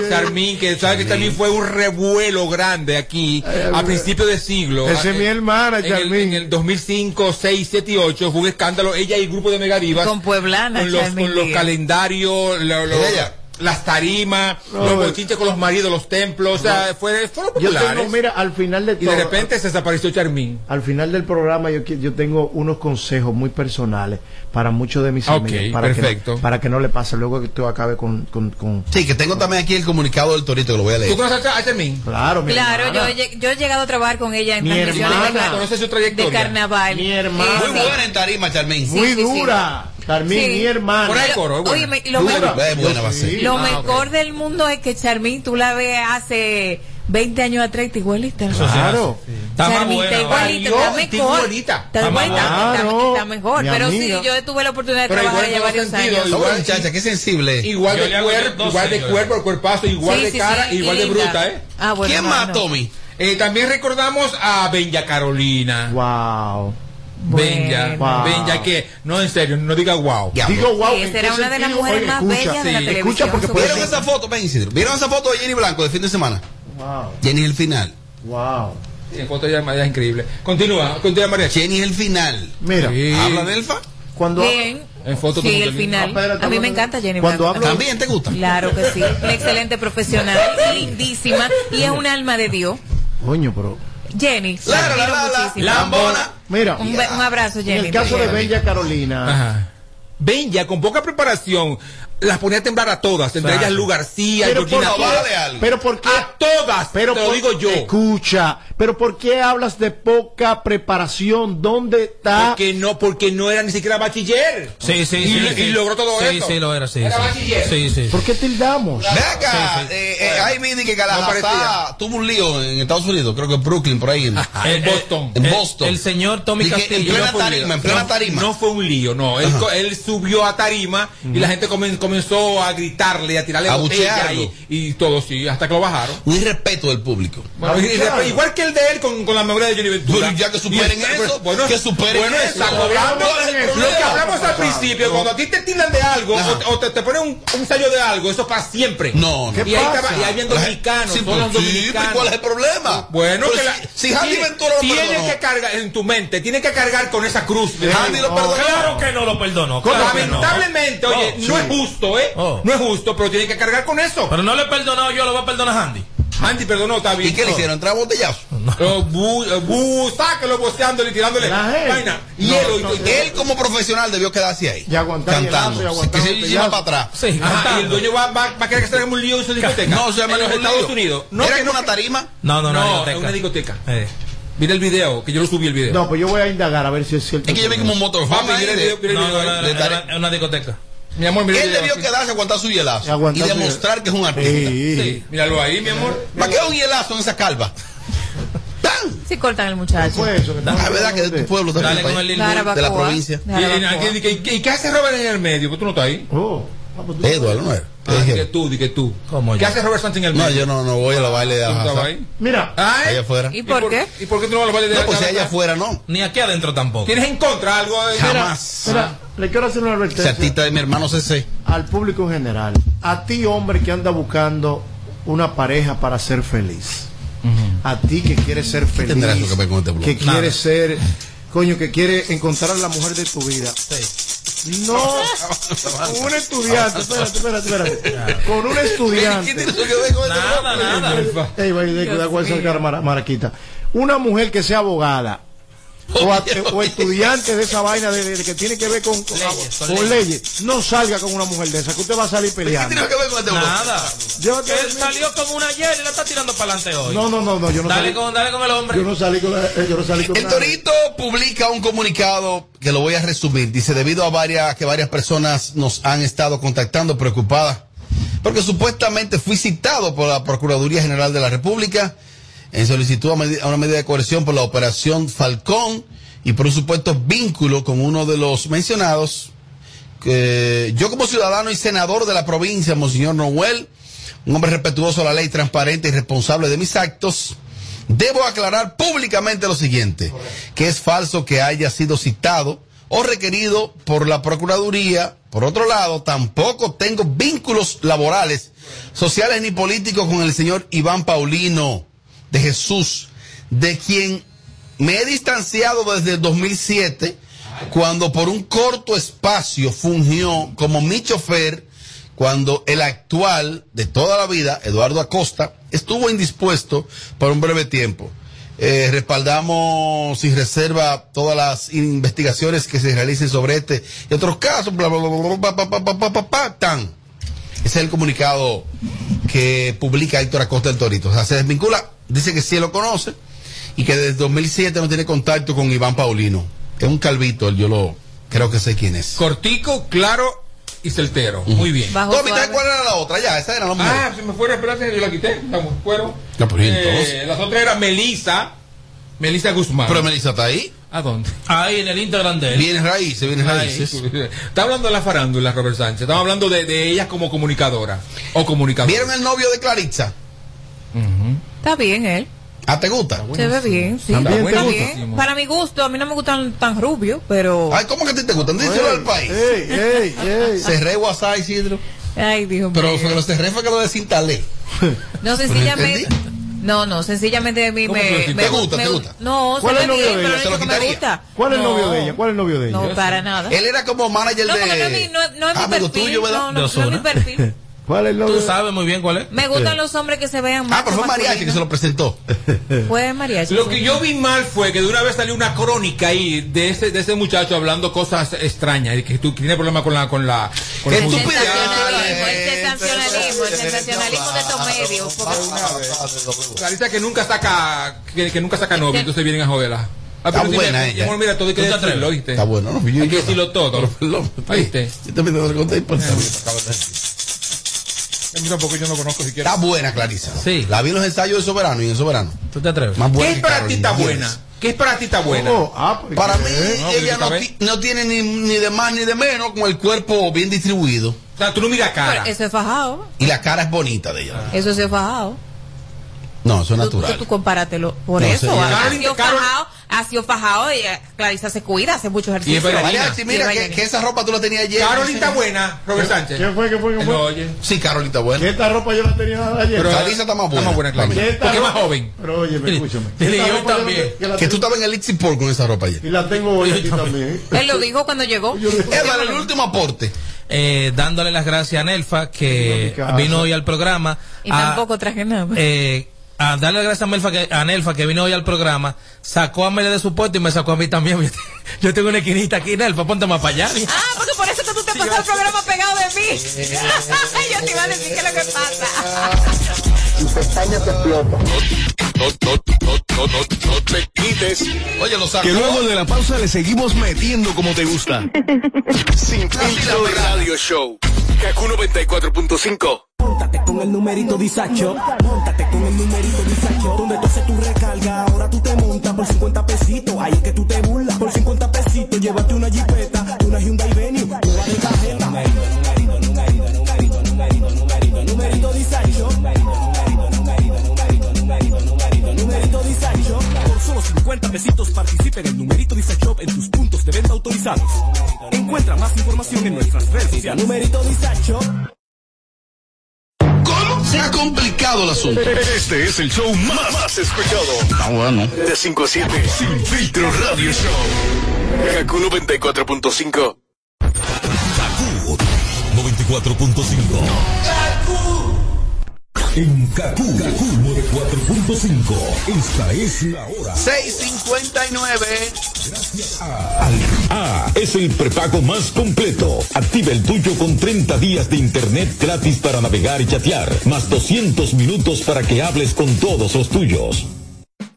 Speaker 8: Sarmín, que sabe que también fue un revuelo grande aquí a principios de siglo. Ah, eh,
Speaker 5: Esa es mi hermana,
Speaker 8: En el- En el 2005, 6, 7 y 8 fue un escándalo. Ella y el grupo de Megadivas.
Speaker 1: Con Pueblana,
Speaker 8: Con los,
Speaker 1: Charmin
Speaker 8: con los
Speaker 1: Díaz.
Speaker 8: calendarios, lo- lo- las tarimas, los
Speaker 5: Robert.
Speaker 8: bochinches con los maridos, los templos. O sea, fue, fueron
Speaker 5: pues, Yo tengo,
Speaker 8: populares.
Speaker 5: mira, al final de
Speaker 8: y de
Speaker 5: todo-
Speaker 8: repente se desapareció Charmín.
Speaker 5: Al final del programa yo, qui- yo tengo unos consejos muy personales para muchos de mis
Speaker 8: Ok,
Speaker 5: amigos. Para Que
Speaker 8: perfecto.
Speaker 5: no, para que no le pase luego que tú acabe con... con, con-
Speaker 4: Sí, que tengo también aquí el comunicado del Torito que lo voy a
Speaker 8: ¿Tú
Speaker 4: leer.
Speaker 8: conoces a a Charmín?
Speaker 5: Claro,
Speaker 1: Claro, yo, he- yo he llegado a trabajar con ella en
Speaker 4: Mi
Speaker 1: transmisiones de
Speaker 4: hermana.
Speaker 1: carna-
Speaker 4: Conoce su
Speaker 1: de
Speaker 4: trayectoria.
Speaker 1: carnaval. Mi
Speaker 5: hermana.
Speaker 4: Muy buena en tarima, Charmín.
Speaker 1: Sí, Muy sí, sí. dura.
Speaker 5: Carmín, mi hermana. Por ahí coro, es buena.
Speaker 1: Oye, me- lo,
Speaker 4: Dura.
Speaker 1: mejor,
Speaker 4: Es buena, va a ser.
Speaker 1: lo
Speaker 4: Ah, ok.
Speaker 1: mejor del mundo es que Charmín, tú la ves hace 20 años atrás y te igualita.
Speaker 4: Claro.
Speaker 1: O
Speaker 6: Está más
Speaker 1: Charmín,
Speaker 6: buena.
Speaker 1: Está igualita,
Speaker 6: Varió,
Speaker 1: está
Speaker 6: está
Speaker 1: mejor.
Speaker 6: igualita.
Speaker 1: Está
Speaker 6: Está más
Speaker 1: igualita, está-
Speaker 6: buena.
Speaker 1: está mejor.
Speaker 6: Mi
Speaker 1: Pero sí,
Speaker 6: amiga.
Speaker 1: yo tuve la oportunidad de
Speaker 8: Pero
Speaker 1: trabajar
Speaker 8: igual
Speaker 1: ya
Speaker 8: no
Speaker 1: varios
Speaker 8: sentido,
Speaker 1: años.
Speaker 4: Igual, muchacha, qué sensible.
Speaker 8: Igual de cuerpo, igual de cuerpo, el cuerpazo, igual
Speaker 1: Sí,
Speaker 8: de
Speaker 1: sí,
Speaker 8: cara,
Speaker 1: sí,
Speaker 8: igual
Speaker 1: y
Speaker 8: de
Speaker 1: linda.
Speaker 8: bruta, ¿eh?
Speaker 1: Ah, bueno,
Speaker 8: ¿Quién
Speaker 1: no,
Speaker 8: más,
Speaker 1: no.
Speaker 8: Tommy? Eh, también recordamos a Benja Carolina.
Speaker 5: Wow.
Speaker 8: Benja,
Speaker 5: Wow.
Speaker 8: Benja que, no en serio, no diga wow.
Speaker 4: pues.
Speaker 5: Digo wow.
Speaker 1: Sí, esa era una de las mujeres más bellas de la televisión.
Speaker 4: ¿Vieron esa foto? Ven, Isidro. ¿Vieron esa foto de Jenny Blanco de fin de semana?
Speaker 5: Wow.
Speaker 4: Jenny es el final.
Speaker 5: Wow.
Speaker 8: Sí, foto de María es increíble. Continúa, continúa María.
Speaker 4: Jenny es el final.
Speaker 5: Mira.
Speaker 4: ¿Habla de Elfa?
Speaker 5: Cuando
Speaker 1: Bien.
Speaker 8: En foto
Speaker 1: Sí, el final. A mí me encanta Jenny
Speaker 4: Cuando
Speaker 1: Blanco.
Speaker 4: hablo- ¿También te gusta?
Speaker 1: Claro que sí. Una excelente profesional, lindísima y es un alma de Dios.
Speaker 5: Coño, pero.
Speaker 1: Jenny, la admiro muchísimo.
Speaker 5: Mira.
Speaker 1: Un, be- un abrazo, Jenny.
Speaker 5: En el caso
Speaker 1: te
Speaker 5: de
Speaker 1: quiero.
Speaker 5: Bella Carolina.
Speaker 8: Benja, con poca preparación, las ponía a temblar a todas, entre
Speaker 5: Claro.
Speaker 8: ellas Lu García,
Speaker 5: Pero
Speaker 8: Georgina
Speaker 5: por-
Speaker 8: Torres. Pero-
Speaker 5: Pero por qué a
Speaker 8: todas,
Speaker 5: pero
Speaker 8: te lo digo yo.
Speaker 5: Escucha, pero por qué hablas de poca preparación? ¿Dónde está?
Speaker 8: Porque no, porque no era ni siquiera bachiller.
Speaker 6: Sí, sí,
Speaker 8: y,
Speaker 6: sí.
Speaker 8: y
Speaker 6: sí.
Speaker 8: logró todo
Speaker 6: sí,
Speaker 8: esto.
Speaker 6: Sí, lo era, sí.
Speaker 8: Era
Speaker 6: sí.
Speaker 8: bachiller.
Speaker 6: Sí, sí.
Speaker 5: ¿Por qué tildamos?
Speaker 4: Venga, eh, eh, ahí vi que Galahazá Ah, tuvo un lío en Estados Unidos, creo que en Brooklyn, por ahí. En,
Speaker 6: Eh,
Speaker 8: En Boston.
Speaker 4: En Boston.
Speaker 6: El señor Tommy
Speaker 4: Dije,
Speaker 6: Castillo. no
Speaker 4: En plena
Speaker 6: fue un
Speaker 4: tarima,
Speaker 6: lío.
Speaker 4: en plena tarima.
Speaker 8: No fue un lío, no. Él,
Speaker 4: Ajá.
Speaker 8: co- él subió a tarima y la gente comen- comenzó a gritarle, a tirarle
Speaker 4: A
Speaker 8: botellas
Speaker 4: buchearlo.
Speaker 8: y, y todo, sí, hasta que lo bajaron.
Speaker 4: Un irrespeto del público.
Speaker 8: Bueno, y- y- igual que el de él con, con la memoria de Johnny Ventura.
Speaker 4: Bueno, ya que superen
Speaker 8: Y está-
Speaker 4: eso,
Speaker 8: Bueno,
Speaker 4: que superen
Speaker 8: bueno,
Speaker 4: eso.
Speaker 8: exacto. Hablamos-
Speaker 4: Hablamos del
Speaker 8: lo que
Speaker 4: problema.
Speaker 8: hablamos al
Speaker 4: Claro.
Speaker 8: principio, cuando a ti te tiran de algo o te, o te- te ponen un, un sello de algo, eso es para siempre.
Speaker 4: No, no.
Speaker 8: Y ahí estaba, y ahí habían
Speaker 4: La-
Speaker 8: dominicanos,
Speaker 4: sí,
Speaker 8: todos los
Speaker 4: pero sí,
Speaker 8: dominicanos.
Speaker 4: ¿Cuál es el problema?
Speaker 8: Bueno,
Speaker 4: Pero
Speaker 8: que la-
Speaker 4: si, si Handy
Speaker 8: tiene-
Speaker 4: Ventura lo
Speaker 8: tiene
Speaker 4: perdonó.
Speaker 8: que cargar en tu mente, tiene que cargar con esa cruz.
Speaker 4: Handy
Speaker 8: oh.
Speaker 4: lo perdonó.
Speaker 6: Claro que no lo perdonó.
Speaker 8: Con-
Speaker 6: claro que no.
Speaker 8: lamentablemente, oye,
Speaker 6: Oh,
Speaker 8: no
Speaker 6: sí.
Speaker 8: es justo, ¿eh?
Speaker 6: Oh.
Speaker 8: No es justo, pero tiene que cargar con eso.
Speaker 6: Pero no le he perdonado yo, lo voy a perdonar a Andy.
Speaker 8: Andy, perdonó, está bien.
Speaker 4: ¿Y qué le
Speaker 8: Oh.
Speaker 4: hicieron? ¿Entrar a botellazo?
Speaker 8: Lo bu- eh, bu- sáquelo boceándole y tirándole
Speaker 5: La gente.
Speaker 8: vaina.
Speaker 5: No,
Speaker 8: hielo y
Speaker 5: no,
Speaker 8: todo.
Speaker 5: no.
Speaker 4: Él como profesional debió quedarse ahí.
Speaker 5: Y aguantar
Speaker 4: Cantando.
Speaker 5: hielazo, y aguantar
Speaker 4: que se
Speaker 5: botellazo.
Speaker 4: lleva para atrás.
Speaker 6: Sí,
Speaker 8: Ajá,
Speaker 6: cantando.
Speaker 8: y el dueño va, va, va a querer que se haga un lío en su discoteca.
Speaker 4: No, se llama
Speaker 8: en los
Speaker 4: ningún
Speaker 8: Estados
Speaker 4: lío.
Speaker 8: Unidos. No,
Speaker 4: Era
Speaker 8: que
Speaker 4: en
Speaker 8: no,
Speaker 4: una tarima.
Speaker 6: No, no, no.
Speaker 8: No,
Speaker 6: discoteca.
Speaker 8: en una discoteca.
Speaker 6: Eh.
Speaker 8: Mira el video, que yo lo subí el video.
Speaker 5: No, pues yo voy a indagar a ver si es cierto.
Speaker 4: Es que yo vi como un motorfama.
Speaker 8: Papi,
Speaker 4: ahí
Speaker 8: mira el
Speaker 4: de-
Speaker 8: video, mira el
Speaker 6: No, no,
Speaker 8: video.
Speaker 6: no,
Speaker 8: ahí.
Speaker 4: de
Speaker 6: era-
Speaker 4: tarea.
Speaker 6: era una discoteca.
Speaker 8: Mi amor, mira el
Speaker 4: Él
Speaker 8: video
Speaker 4: debió
Speaker 8: aquí.
Speaker 4: quedarse a aguantar su
Speaker 5: Y
Speaker 4: hielazo y
Speaker 5: aguantar su
Speaker 4: demostrar que es un artista.
Speaker 5: Sí.
Speaker 8: Sí, Míralo ahí, mi amor.
Speaker 4: ¿Para qué un hielazo en esa calva? ¡Tan!
Speaker 1: Sí, cortan el muchacho.
Speaker 5: Fue eso que
Speaker 4: La verdad que de tu pueblo también,
Speaker 6: Dale con
Speaker 4: país.
Speaker 6: el Lil
Speaker 1: La
Speaker 6: Bull.
Speaker 1: Arabacoa.
Speaker 4: de la provincia.
Speaker 8: Y,
Speaker 1: La
Speaker 8: y-
Speaker 1: Arabacoa.
Speaker 8: y- y- y- qué hace Robert en el medio? Pues tú no estás ahí.
Speaker 5: Oh. Ah, pues tú-
Speaker 4: Eduardo, no era.
Speaker 8: Ah,
Speaker 4: Dije,
Speaker 8: que tú, di que tú.
Speaker 6: ¿Cómo
Speaker 8: ¿Qué
Speaker 6: yo?
Speaker 8: hace Robert Sánchez en el medio? Ah,
Speaker 4: No, yo no, no voy a la baile de
Speaker 8: ¿Tú no estabas
Speaker 4: Ajazá.
Speaker 8: ahí?
Speaker 5: Mira,
Speaker 8: Ay,
Speaker 4: Allá afuera.
Speaker 1: ¿Y por qué?
Speaker 8: ¿Y por qué tú no vas a la baile de
Speaker 4: No, pues si allá
Speaker 8: Ajazá?
Speaker 4: afuera no.
Speaker 6: Ni aquí adentro tampoco.
Speaker 8: ¿Tienes en contra algo? eh. de-
Speaker 4: Jamás.
Speaker 5: espera, le quiero hacer una
Speaker 4: Ese
Speaker 5: advertencia
Speaker 4: artista de mi hermano CC.
Speaker 5: al público en general. A ti, hombre que anda buscando una pareja para ser feliz. A ti que quieres ser feliz.
Speaker 4: tendrá eso que ver con este blog?
Speaker 5: que
Speaker 4: Nada.
Speaker 5: quieres ser, coño, que quiere encontrar a la mujer de tu vida. No, con un estudiante, espérate, espérate, espérate. Con un
Speaker 4: ¿Qué tiene
Speaker 5: estudiante.
Speaker 4: eso que ver con este
Speaker 6: Nada, nada.
Speaker 5: Ey, vaya, cuidado con esa cara mara- maraquita. Una mujer que sea abogada o, a- o estudiante de esa vaina de, de- que tiene que ver con, con,
Speaker 6: Leyes, con
Speaker 5: con
Speaker 6: leyes.
Speaker 5: leyes, no salga con una mujer de esa, que usted va a salir
Speaker 4: ¿Qué
Speaker 5: peleando.
Speaker 4: tiene que ver con este blog?
Speaker 6: Nada.
Speaker 5: Yo te-
Speaker 6: Él salió como una ayer y la está tirando para adelante hoy.
Speaker 5: No, no, no, no, yo no
Speaker 6: Dale
Speaker 5: salí,
Speaker 6: con, dale con el
Speaker 5: yo
Speaker 6: hombre.
Speaker 5: no salí con la, eh, yo no salí con
Speaker 4: El
Speaker 5: nadie.
Speaker 4: Torito publica un comunicado que lo voy a resumir. Dice, debido a varias, que varias personas nos han estado contactando preocupadas, porque supuestamente fui citado por la Procuraduría General de la República en solicitud a, medi- a una medida de coerción por la operación Falcón y por un supuesto vínculo con uno de los mencionados. que yo como ciudadano y senador de la provincia, Monseñor Noel, un hombre respetuoso a la ley, transparente y responsable de mis actos, Debo aclarar públicamente lo siguiente, que es falso que haya sido citado o requerido por la Procuraduría. Por otro lado, tampoco tengo vínculos laborales, sociales ni políticos con el señor Iván Paulino de Jesús, de quien me he distanciado desde el 2007, cuando por un corto espacio fungió como mi chofer, cuando el actual de toda la vida, Eduardo Acosta, estuvo indispuesto por un breve tiempo. Eh, respaldamos sin reserva todas las investigaciones que se realicen sobre este y otros casos, bla, bla, bla, bla, bla, pa, pa, pa, pa, pa, pa, tan. Ese es el comunicado que publica Héctor Acosta del Torito. O sea, se desvincula, dice que sí lo conoce y que desde 2007 no tiene contacto con Iván Paulino. Es un calvito, yo lo creo que sé quién es.
Speaker 8: Cortico, claro y celtero. Muy bien.
Speaker 1: Bajo
Speaker 4: Tommy, ¿sabes
Speaker 1: suave.
Speaker 4: cuál era la otra? Ya, esa era la mujer.
Speaker 8: Ah, se me fueron, espérate, yo la quité. Estamos, fueron.
Speaker 4: Ya, pues, bien,
Speaker 8: Eh,
Speaker 4: entonces.
Speaker 8: las otras eran Melissa, Melissa Guzmán.
Speaker 4: Pero Melissa está ahí.
Speaker 8: ¿A dónde?
Speaker 6: Ahí en el Instagram de él.
Speaker 4: Viene raíces, viene raíces.
Speaker 8: Está hablando de la farándula, Robert Sánchez. Estamos hablando de, de ellas como comunicadora o comunicadora.
Speaker 4: ¿Vieron el novio de Claritza?
Speaker 1: Está bien él.
Speaker 4: ¿Ah, te gusta?
Speaker 1: Se ve bien, sí.
Speaker 4: También
Speaker 1: Está
Speaker 4: te gusta.
Speaker 1: bien. Para mi gusto, a mí no me gustan tan rubios, pero.
Speaker 4: Ay, ¿cómo que a ti te gustan? Díselo al país. Cerré WhatsApp, Isidro.
Speaker 1: Ay, Dios mío.
Speaker 4: Pero fue que lo cerré fue que lo desinstalé.
Speaker 1: No, sencillamente. No, no, sencillamente a mí
Speaker 4: ¿Cómo
Speaker 1: me,
Speaker 4: que lo hiciste?
Speaker 1: me
Speaker 4: ¿Te gusta,
Speaker 1: me-
Speaker 4: te gusta?
Speaker 1: No,
Speaker 24: ¿Cuál
Speaker 1: se
Speaker 24: es el
Speaker 1: ve
Speaker 24: novio
Speaker 1: bien,
Speaker 24: de ella?
Speaker 1: pero no
Speaker 24: ¿Se
Speaker 1: es
Speaker 24: lo
Speaker 1: que me
Speaker 4: quitaría?
Speaker 1: gusta.
Speaker 24: ¿Cuál es el novio
Speaker 1: No.
Speaker 24: de ella? ¿Cuál es el novio de ella?
Speaker 1: No, para nada.
Speaker 4: Él era como manager
Speaker 1: No,
Speaker 4: de.
Speaker 1: porque no es mi, no, es- no es mi
Speaker 4: Ah, amigo
Speaker 1: perfil.
Speaker 4: tuyo, ¿verdad?
Speaker 1: No, no, no es mi perfil.
Speaker 24: ¿Cuál es el
Speaker 6: Tú sabes muy bien cuál es.
Speaker 1: Me gustan los hombres que se vean más.
Speaker 8: Ah, pero fue mariachi que se
Speaker 4: lo presentó.
Speaker 1: Fue mariachi.
Speaker 8: Lo que yo vi mal fue que de una vez salió una crónica ahí de ese, de ese muchacho hablando cosas extrañas, y que tú que tiene problemas con la con la con la
Speaker 1: Estupidez.
Speaker 8: música.
Speaker 1: El sensacionalismo, el sensacionalismo de estos medios. porque-
Speaker 8: Clarita que nunca saca que, que nunca saca novio, entonces vienen a joderla. Ah,
Speaker 4: Está
Speaker 8: pero
Speaker 4: buena
Speaker 8: dime,
Speaker 4: ella.
Speaker 8: amor, mira, todo hay que
Speaker 4: ¿Tú te
Speaker 8: decirlo,
Speaker 4: atreves?
Speaker 8: ¿oíste?
Speaker 4: Está bueno, ¿no?
Speaker 8: Hay que decirlo todo. ¿Oíste?
Speaker 4: Yo también te lo conté y pues,
Speaker 8: A mí tampoco yo no conozco siquiera.
Speaker 4: Está buena, Clarisa. Sí. La vi en los ensayos de Soberano y en Soberano.
Speaker 6: ¿Tú te atreves?
Speaker 4: Más buena
Speaker 8: ¿Qué es
Speaker 4: que
Speaker 8: para ti
Speaker 4: Carolina,
Speaker 8: está buena?
Speaker 4: ¿entiendes?
Speaker 8: ¿Qué es para ti está buena?
Speaker 4: Oh, Para mí, ella no,
Speaker 8: ve.
Speaker 4: ti- no tiene ni, ni de más ni de menos, con el cuerpo bien distribuido.
Speaker 8: O sea, tú no miras
Speaker 1: Pero Eso es fajado.
Speaker 4: Y la cara es bonita de ella.
Speaker 1: Eso sí es fajado.
Speaker 4: No, eso
Speaker 1: Tú,
Speaker 4: es natural.
Speaker 1: tú compárátelo. Por
Speaker 4: No,
Speaker 1: eso.
Speaker 4: señor.
Speaker 1: Ha ha
Speaker 4: Carolyn-
Speaker 1: sido fajado. Ha sido fajado. Y eh, Clarisa se cuida, hace mucho ejercicio.
Speaker 4: Mariachi, mira que, que esa ropa tú la tenías ayer.
Speaker 1: Carolina
Speaker 4: Carolita
Speaker 1: está
Speaker 8: buena, Robert Sánchez.
Speaker 24: ¿Qué fue? ¿Qué fue? ¿Qué fue?
Speaker 4: Sí, Carolita buena.
Speaker 24: Esta ropa yo la tenía ayer.
Speaker 4: Pero Clarisa está más buena. para mí.
Speaker 24: Porque
Speaker 8: más joven.
Speaker 24: Pero oye, escúchame.
Speaker 4: Dile,
Speaker 24: Esta
Speaker 4: yo
Speaker 24: ropa yo
Speaker 4: también.
Speaker 24: la- que la
Speaker 4: Que tú
Speaker 24: tengo-
Speaker 4: estabas en el Itsy Paul con esa ropa ayer.
Speaker 24: Y la tengo hoy aquí también.
Speaker 1: Él lo dijo cuando llegó.
Speaker 4: Edward, el último aporte.
Speaker 6: Eh, dándole las gracias a Nelfa que
Speaker 1: casa.
Speaker 6: vino hoy al programa.
Speaker 1: Y
Speaker 6: a-
Speaker 1: tampoco traje nada.
Speaker 6: eh, a darle las gracias a, Melfa que, a Nelfa que vino hoy al programa, sacó a Mele de su puesto y me sacó a mí también. Yo, tengo una esquinita aquí, Nelfa, ponte más para allá.
Speaker 1: Ah, porque por eso que tú te pasas el programa pegado de mí. yo te iba a decir que es lo que pasa.
Speaker 25: No, no, no, no, no, no te quites.
Speaker 4: Oye, lo
Speaker 25: sacó.
Speaker 26: Que luego de la pausa le seguimos metiendo como te gusta.
Speaker 25: Sintoniza Radio Show. Kaku 94.5.
Speaker 9: Móntate con el numerito disacho. Móntate con el numerito disacho. Donde tú haces tu recarga, ahora tú te montas por 50 pesitos. Ahí es que tú te burlas por 50 pesitos. Llévate una jipeta, una Hyundai Venue, una de cajeta. Numerito, numerito, numerito, numerito, numerito, numerito disacho. Numerito, numerito, numerito, numerito, numerito, numerito disacho. Por solo 50 pesitos participa en el numerito disacho en tus puntos de venta autorizados. Encuentra más información en nuestras redes sociales. Numerito disacho.
Speaker 4: ¿Cómo? Se ha complicado el asunto.
Speaker 26: Este es el show más, más escuchado.
Speaker 4: Ah, bueno.
Speaker 25: De 5 a 7. Sin filtro Radio Show. Kaku 94.5.
Speaker 20: 94.5. En Kaku, Kaku 94.5. Esta es la hora.
Speaker 4: 659.
Speaker 20: A es el prepago más completo. Activa el tuyo con 30 días de internet gratis para navegar y chatear, más 200 minutos para que hables con todos los tuyos.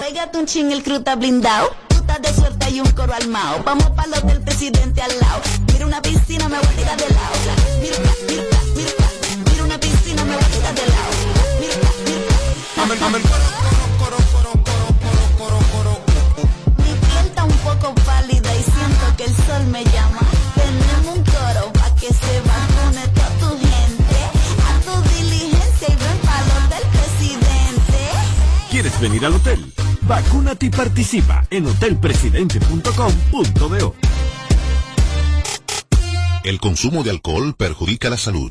Speaker 3: Pégate un ching, el crew está blindado. Tú estás de suerte hay un coro armado. Vamos para los del presidente al lado. Mira una piscina, me voy a tirar de lado. Mira, mira, mira, mira, mira una piscina, me voy a tirar de lado. Mira, mira, mira. Mi piel está un poco pálida y siento que el sol me llama. Tenemos un coro pa' que se vacune toda tu gente. A tu diligencia y ven pa' los del presidente.
Speaker 22: ¿Quieres venir al hotel? Vacúnate y participa en hotelpresidente.com.do.
Speaker 27: El consumo de alcohol perjudica la salud.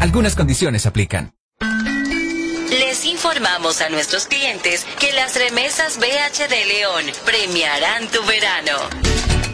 Speaker 8: Algunas condiciones aplican.
Speaker 13: Les informamos a nuestros clientes que las remesas BH de León premiarán tu verano.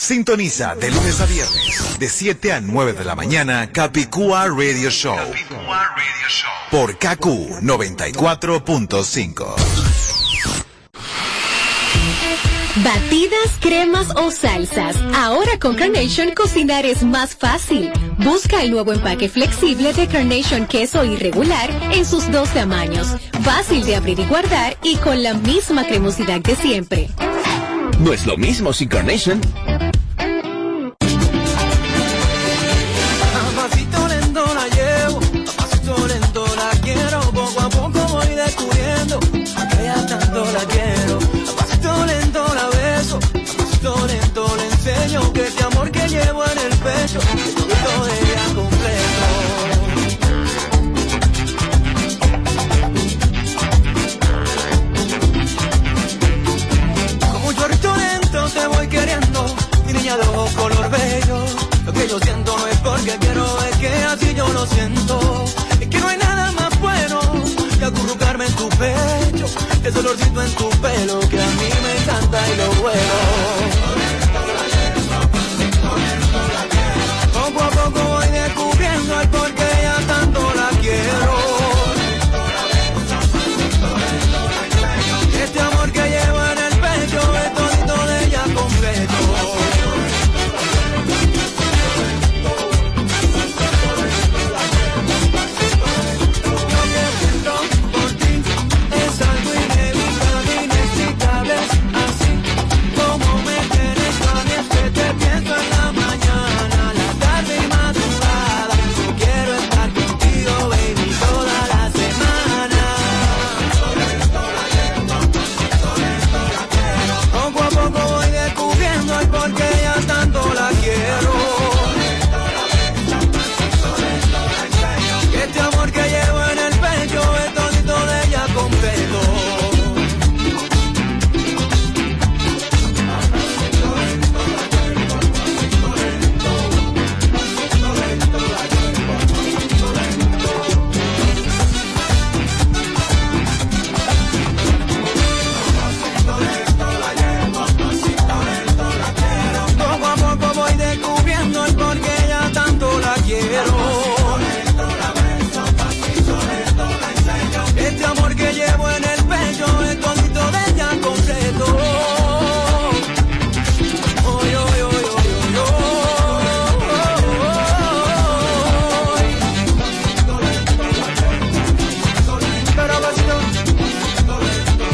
Speaker 3: Sintoniza de lunes a viernes, de 7 a 9 de la mañana, Capicúa Radio Show. Por KQ 94.5.
Speaker 1: Batidas, cremas o salsas. Ahora con Carnation cocinar es más fácil. Busca el nuevo empaque flexible de Carnation queso irregular en sus dos tamaños. Fácil de abrir y guardar y con la misma cremosidad que siempre.
Speaker 28: No es lo mismo sin Carnation.
Speaker 29: A pasito lento la llevo, a pasito lento la quiero, poco a poco voy descubriendo que ya tanto la quiero. A pasito lento la beso, a pasito lento le enseño que este amor que llevo en el pecho lo de ella completo. Como un chorrito lento te voy queriendo, mi niña de ojos color bello. Lo que yo siento no es porque quiero, es que así yo lo siento. Es que no hay nada más bueno que acurrucarme en tu pecho, ese olorcito en tu pelo que a mí me encanta y lo vuelo. Poco a poco voy descubriendo el porqué ya tanto la quiero. Este amor que llevo en el pecho es todito de ella completo. Lo que siento por ti es algo inevitable, inexplicable. Así como me tienes tan es que te pienso en la mañana, la tarde y madrugada. Yo quiero estar contigo, baby, toda la semana. Poco a poco voy descubriendo el por qué ya tanto la quiero. Que este amor que llevo en el pecho es todito de ella completo. Poco a poco voy descubriendo el por qué ya tanto la quiero. Este amor que llevo en el pecho es todito de ella completo. Oy, oy, oy, oy, oy, oy. Pero a pasito, a pasito lento.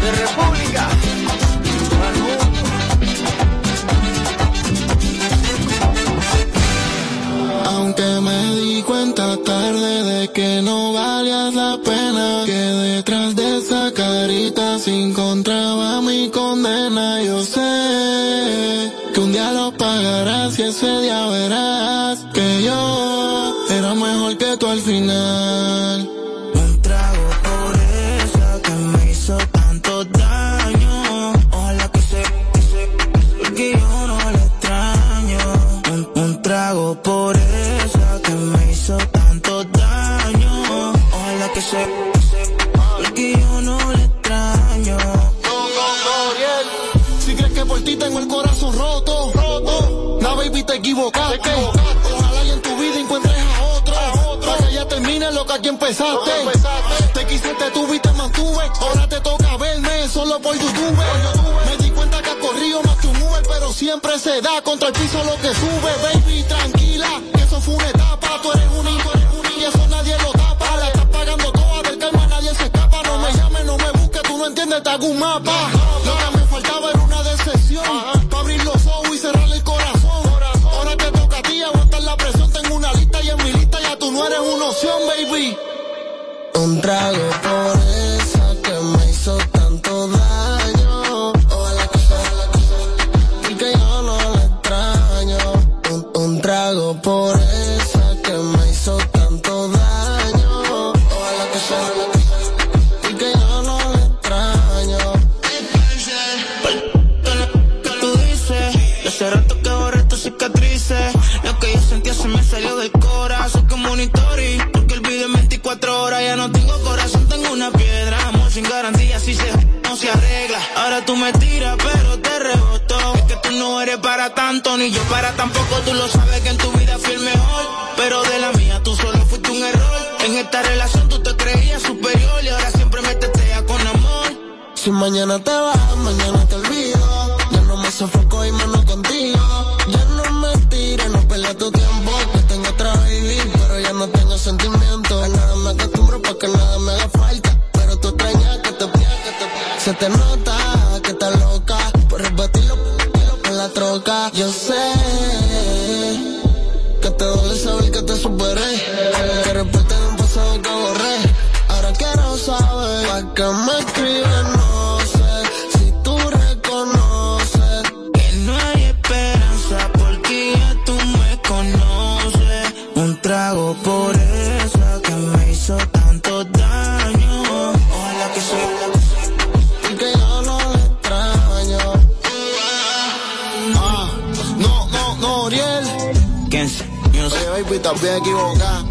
Speaker 29: de República al
Speaker 30: Aunque me di cuenta tarde de que no valías la pena, que detrás de esa carita se encontraba mi condena. Yo sé que un día lo pagarás y ese día verás que yo era mejor que tú al final.
Speaker 29: por esa que me hizo tanto daño. Ojalá que se, que se, porque yo no la extraño. Un, un trago por esa que me hizo tanto daño. Ojalá que se, que se, porque yo no la extraño.
Speaker 30: Gabriel, si crees que por ti tengo el corazón roto. roto. La baby te equivocaste. Ojalá y en tu vida encuentres a otro. Para que ya termines lo que aquí empezaste. Te quise, te tuve y te mantuve. Ahora te toca verme solo por YouTube. Me di cuenta que has corrido más que un Uber, pero siempre se da contra el piso lo que sube. Baby, tranquila, que eso fue una etapa. Tú eres un hijo, eres un hijo, y eso nadie lo tapa. La estás pagando toda del calma, nadie se escapa. No me llames, no me busques, tú no entiendes, te hago un mapa. Lo que me faltaba era una decepción. Pa' abrir los ojos y cerrar el corazón. Ahora te toca a ti aguantar la presión. Tengo una lista y en mi lista ya tú no eres una opción, baby. Un trago por esa que me hizo tanto daño. Ojalá que ojalá que- y que yo no la extraño. Un, un trago por esa que me hizo tanto daño. Ojalá que ojalá que- y que yo no la extraño.
Speaker 3: Todo lo que tú dices, y hace rato que borré tus cicatrices. Lo que yo sentía se me salió del corazón que monitorí. Porque el video en 24 horas ya no tengo corazón, tengo una piedra. Amor sin garantía, si se no se arregla. Ahora tú me tiras, pero te reboto. Es que tú no eres para tanto, ni yo para tampoco. Tú lo sabes que en tu vida fui el mejor. Pero de la mía tú solo fuiste un error. En esta relación tú te creías superior y ahora siempre me teteas con amor.
Speaker 30: Si mañana te vas, mañana te olvido. Ya no me sofoco y mano contigo. Ya no me tires, no pelea tu tiempo. Que tengo otra baby, pero ya no tengo sentimiento. A nada me acostumbro pa' que nada me haga falta. Pero tú extrañas que te que te Se te nota que estás loca. Por repetirlo en la troca. Yo sé que te duele saber que te superé. Que repente de un pasado que borré. Ahora quiero saber pa' qué me escribes, no sé. Si tú reconoces
Speaker 3: que no hay esperanza porque ya tú me conoces. Un trago por esa que me hizo tanto daño. Ojalá que soy
Speaker 30: y que yo no la extraño. Ah, no, no, no, Ariel.
Speaker 3: que
Speaker 30: Oye, baby, estás bien equivocada.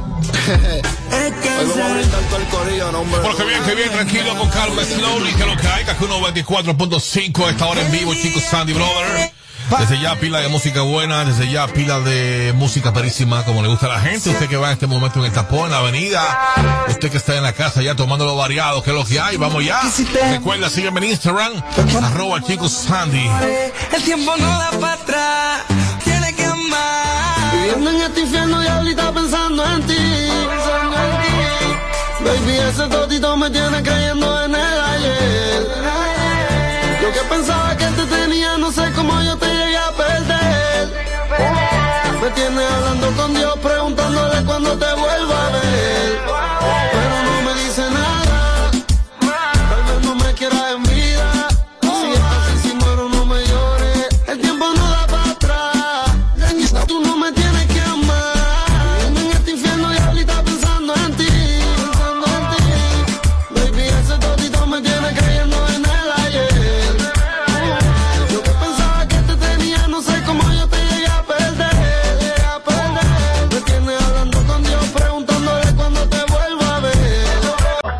Speaker 30: Hoy vamos a brindar todo el corillo, no, hombre.
Speaker 4: Bueno, que bien, que bien, tranquilo, con calma, slowly, que lo que hay, Kaku 94.5, esta hora en vivo, chicos, Sandy Brother. Desde ya pila de música buena, desde ya pila de música carísima, como le gusta a la gente. Usted que va en este momento en el tapón, en la avenida, usted que está en la casa ya tomando lo variado, que es lo que hay, vamos ya. Recuerda, sígueme en Instagram, arroba chicos Sandy.
Speaker 2: El tiempo no da para atrás, tiene que amar.
Speaker 30: Viviendo en este infierno, diablita, pensando en ti. Baby, ese totito me tiene cayendo en el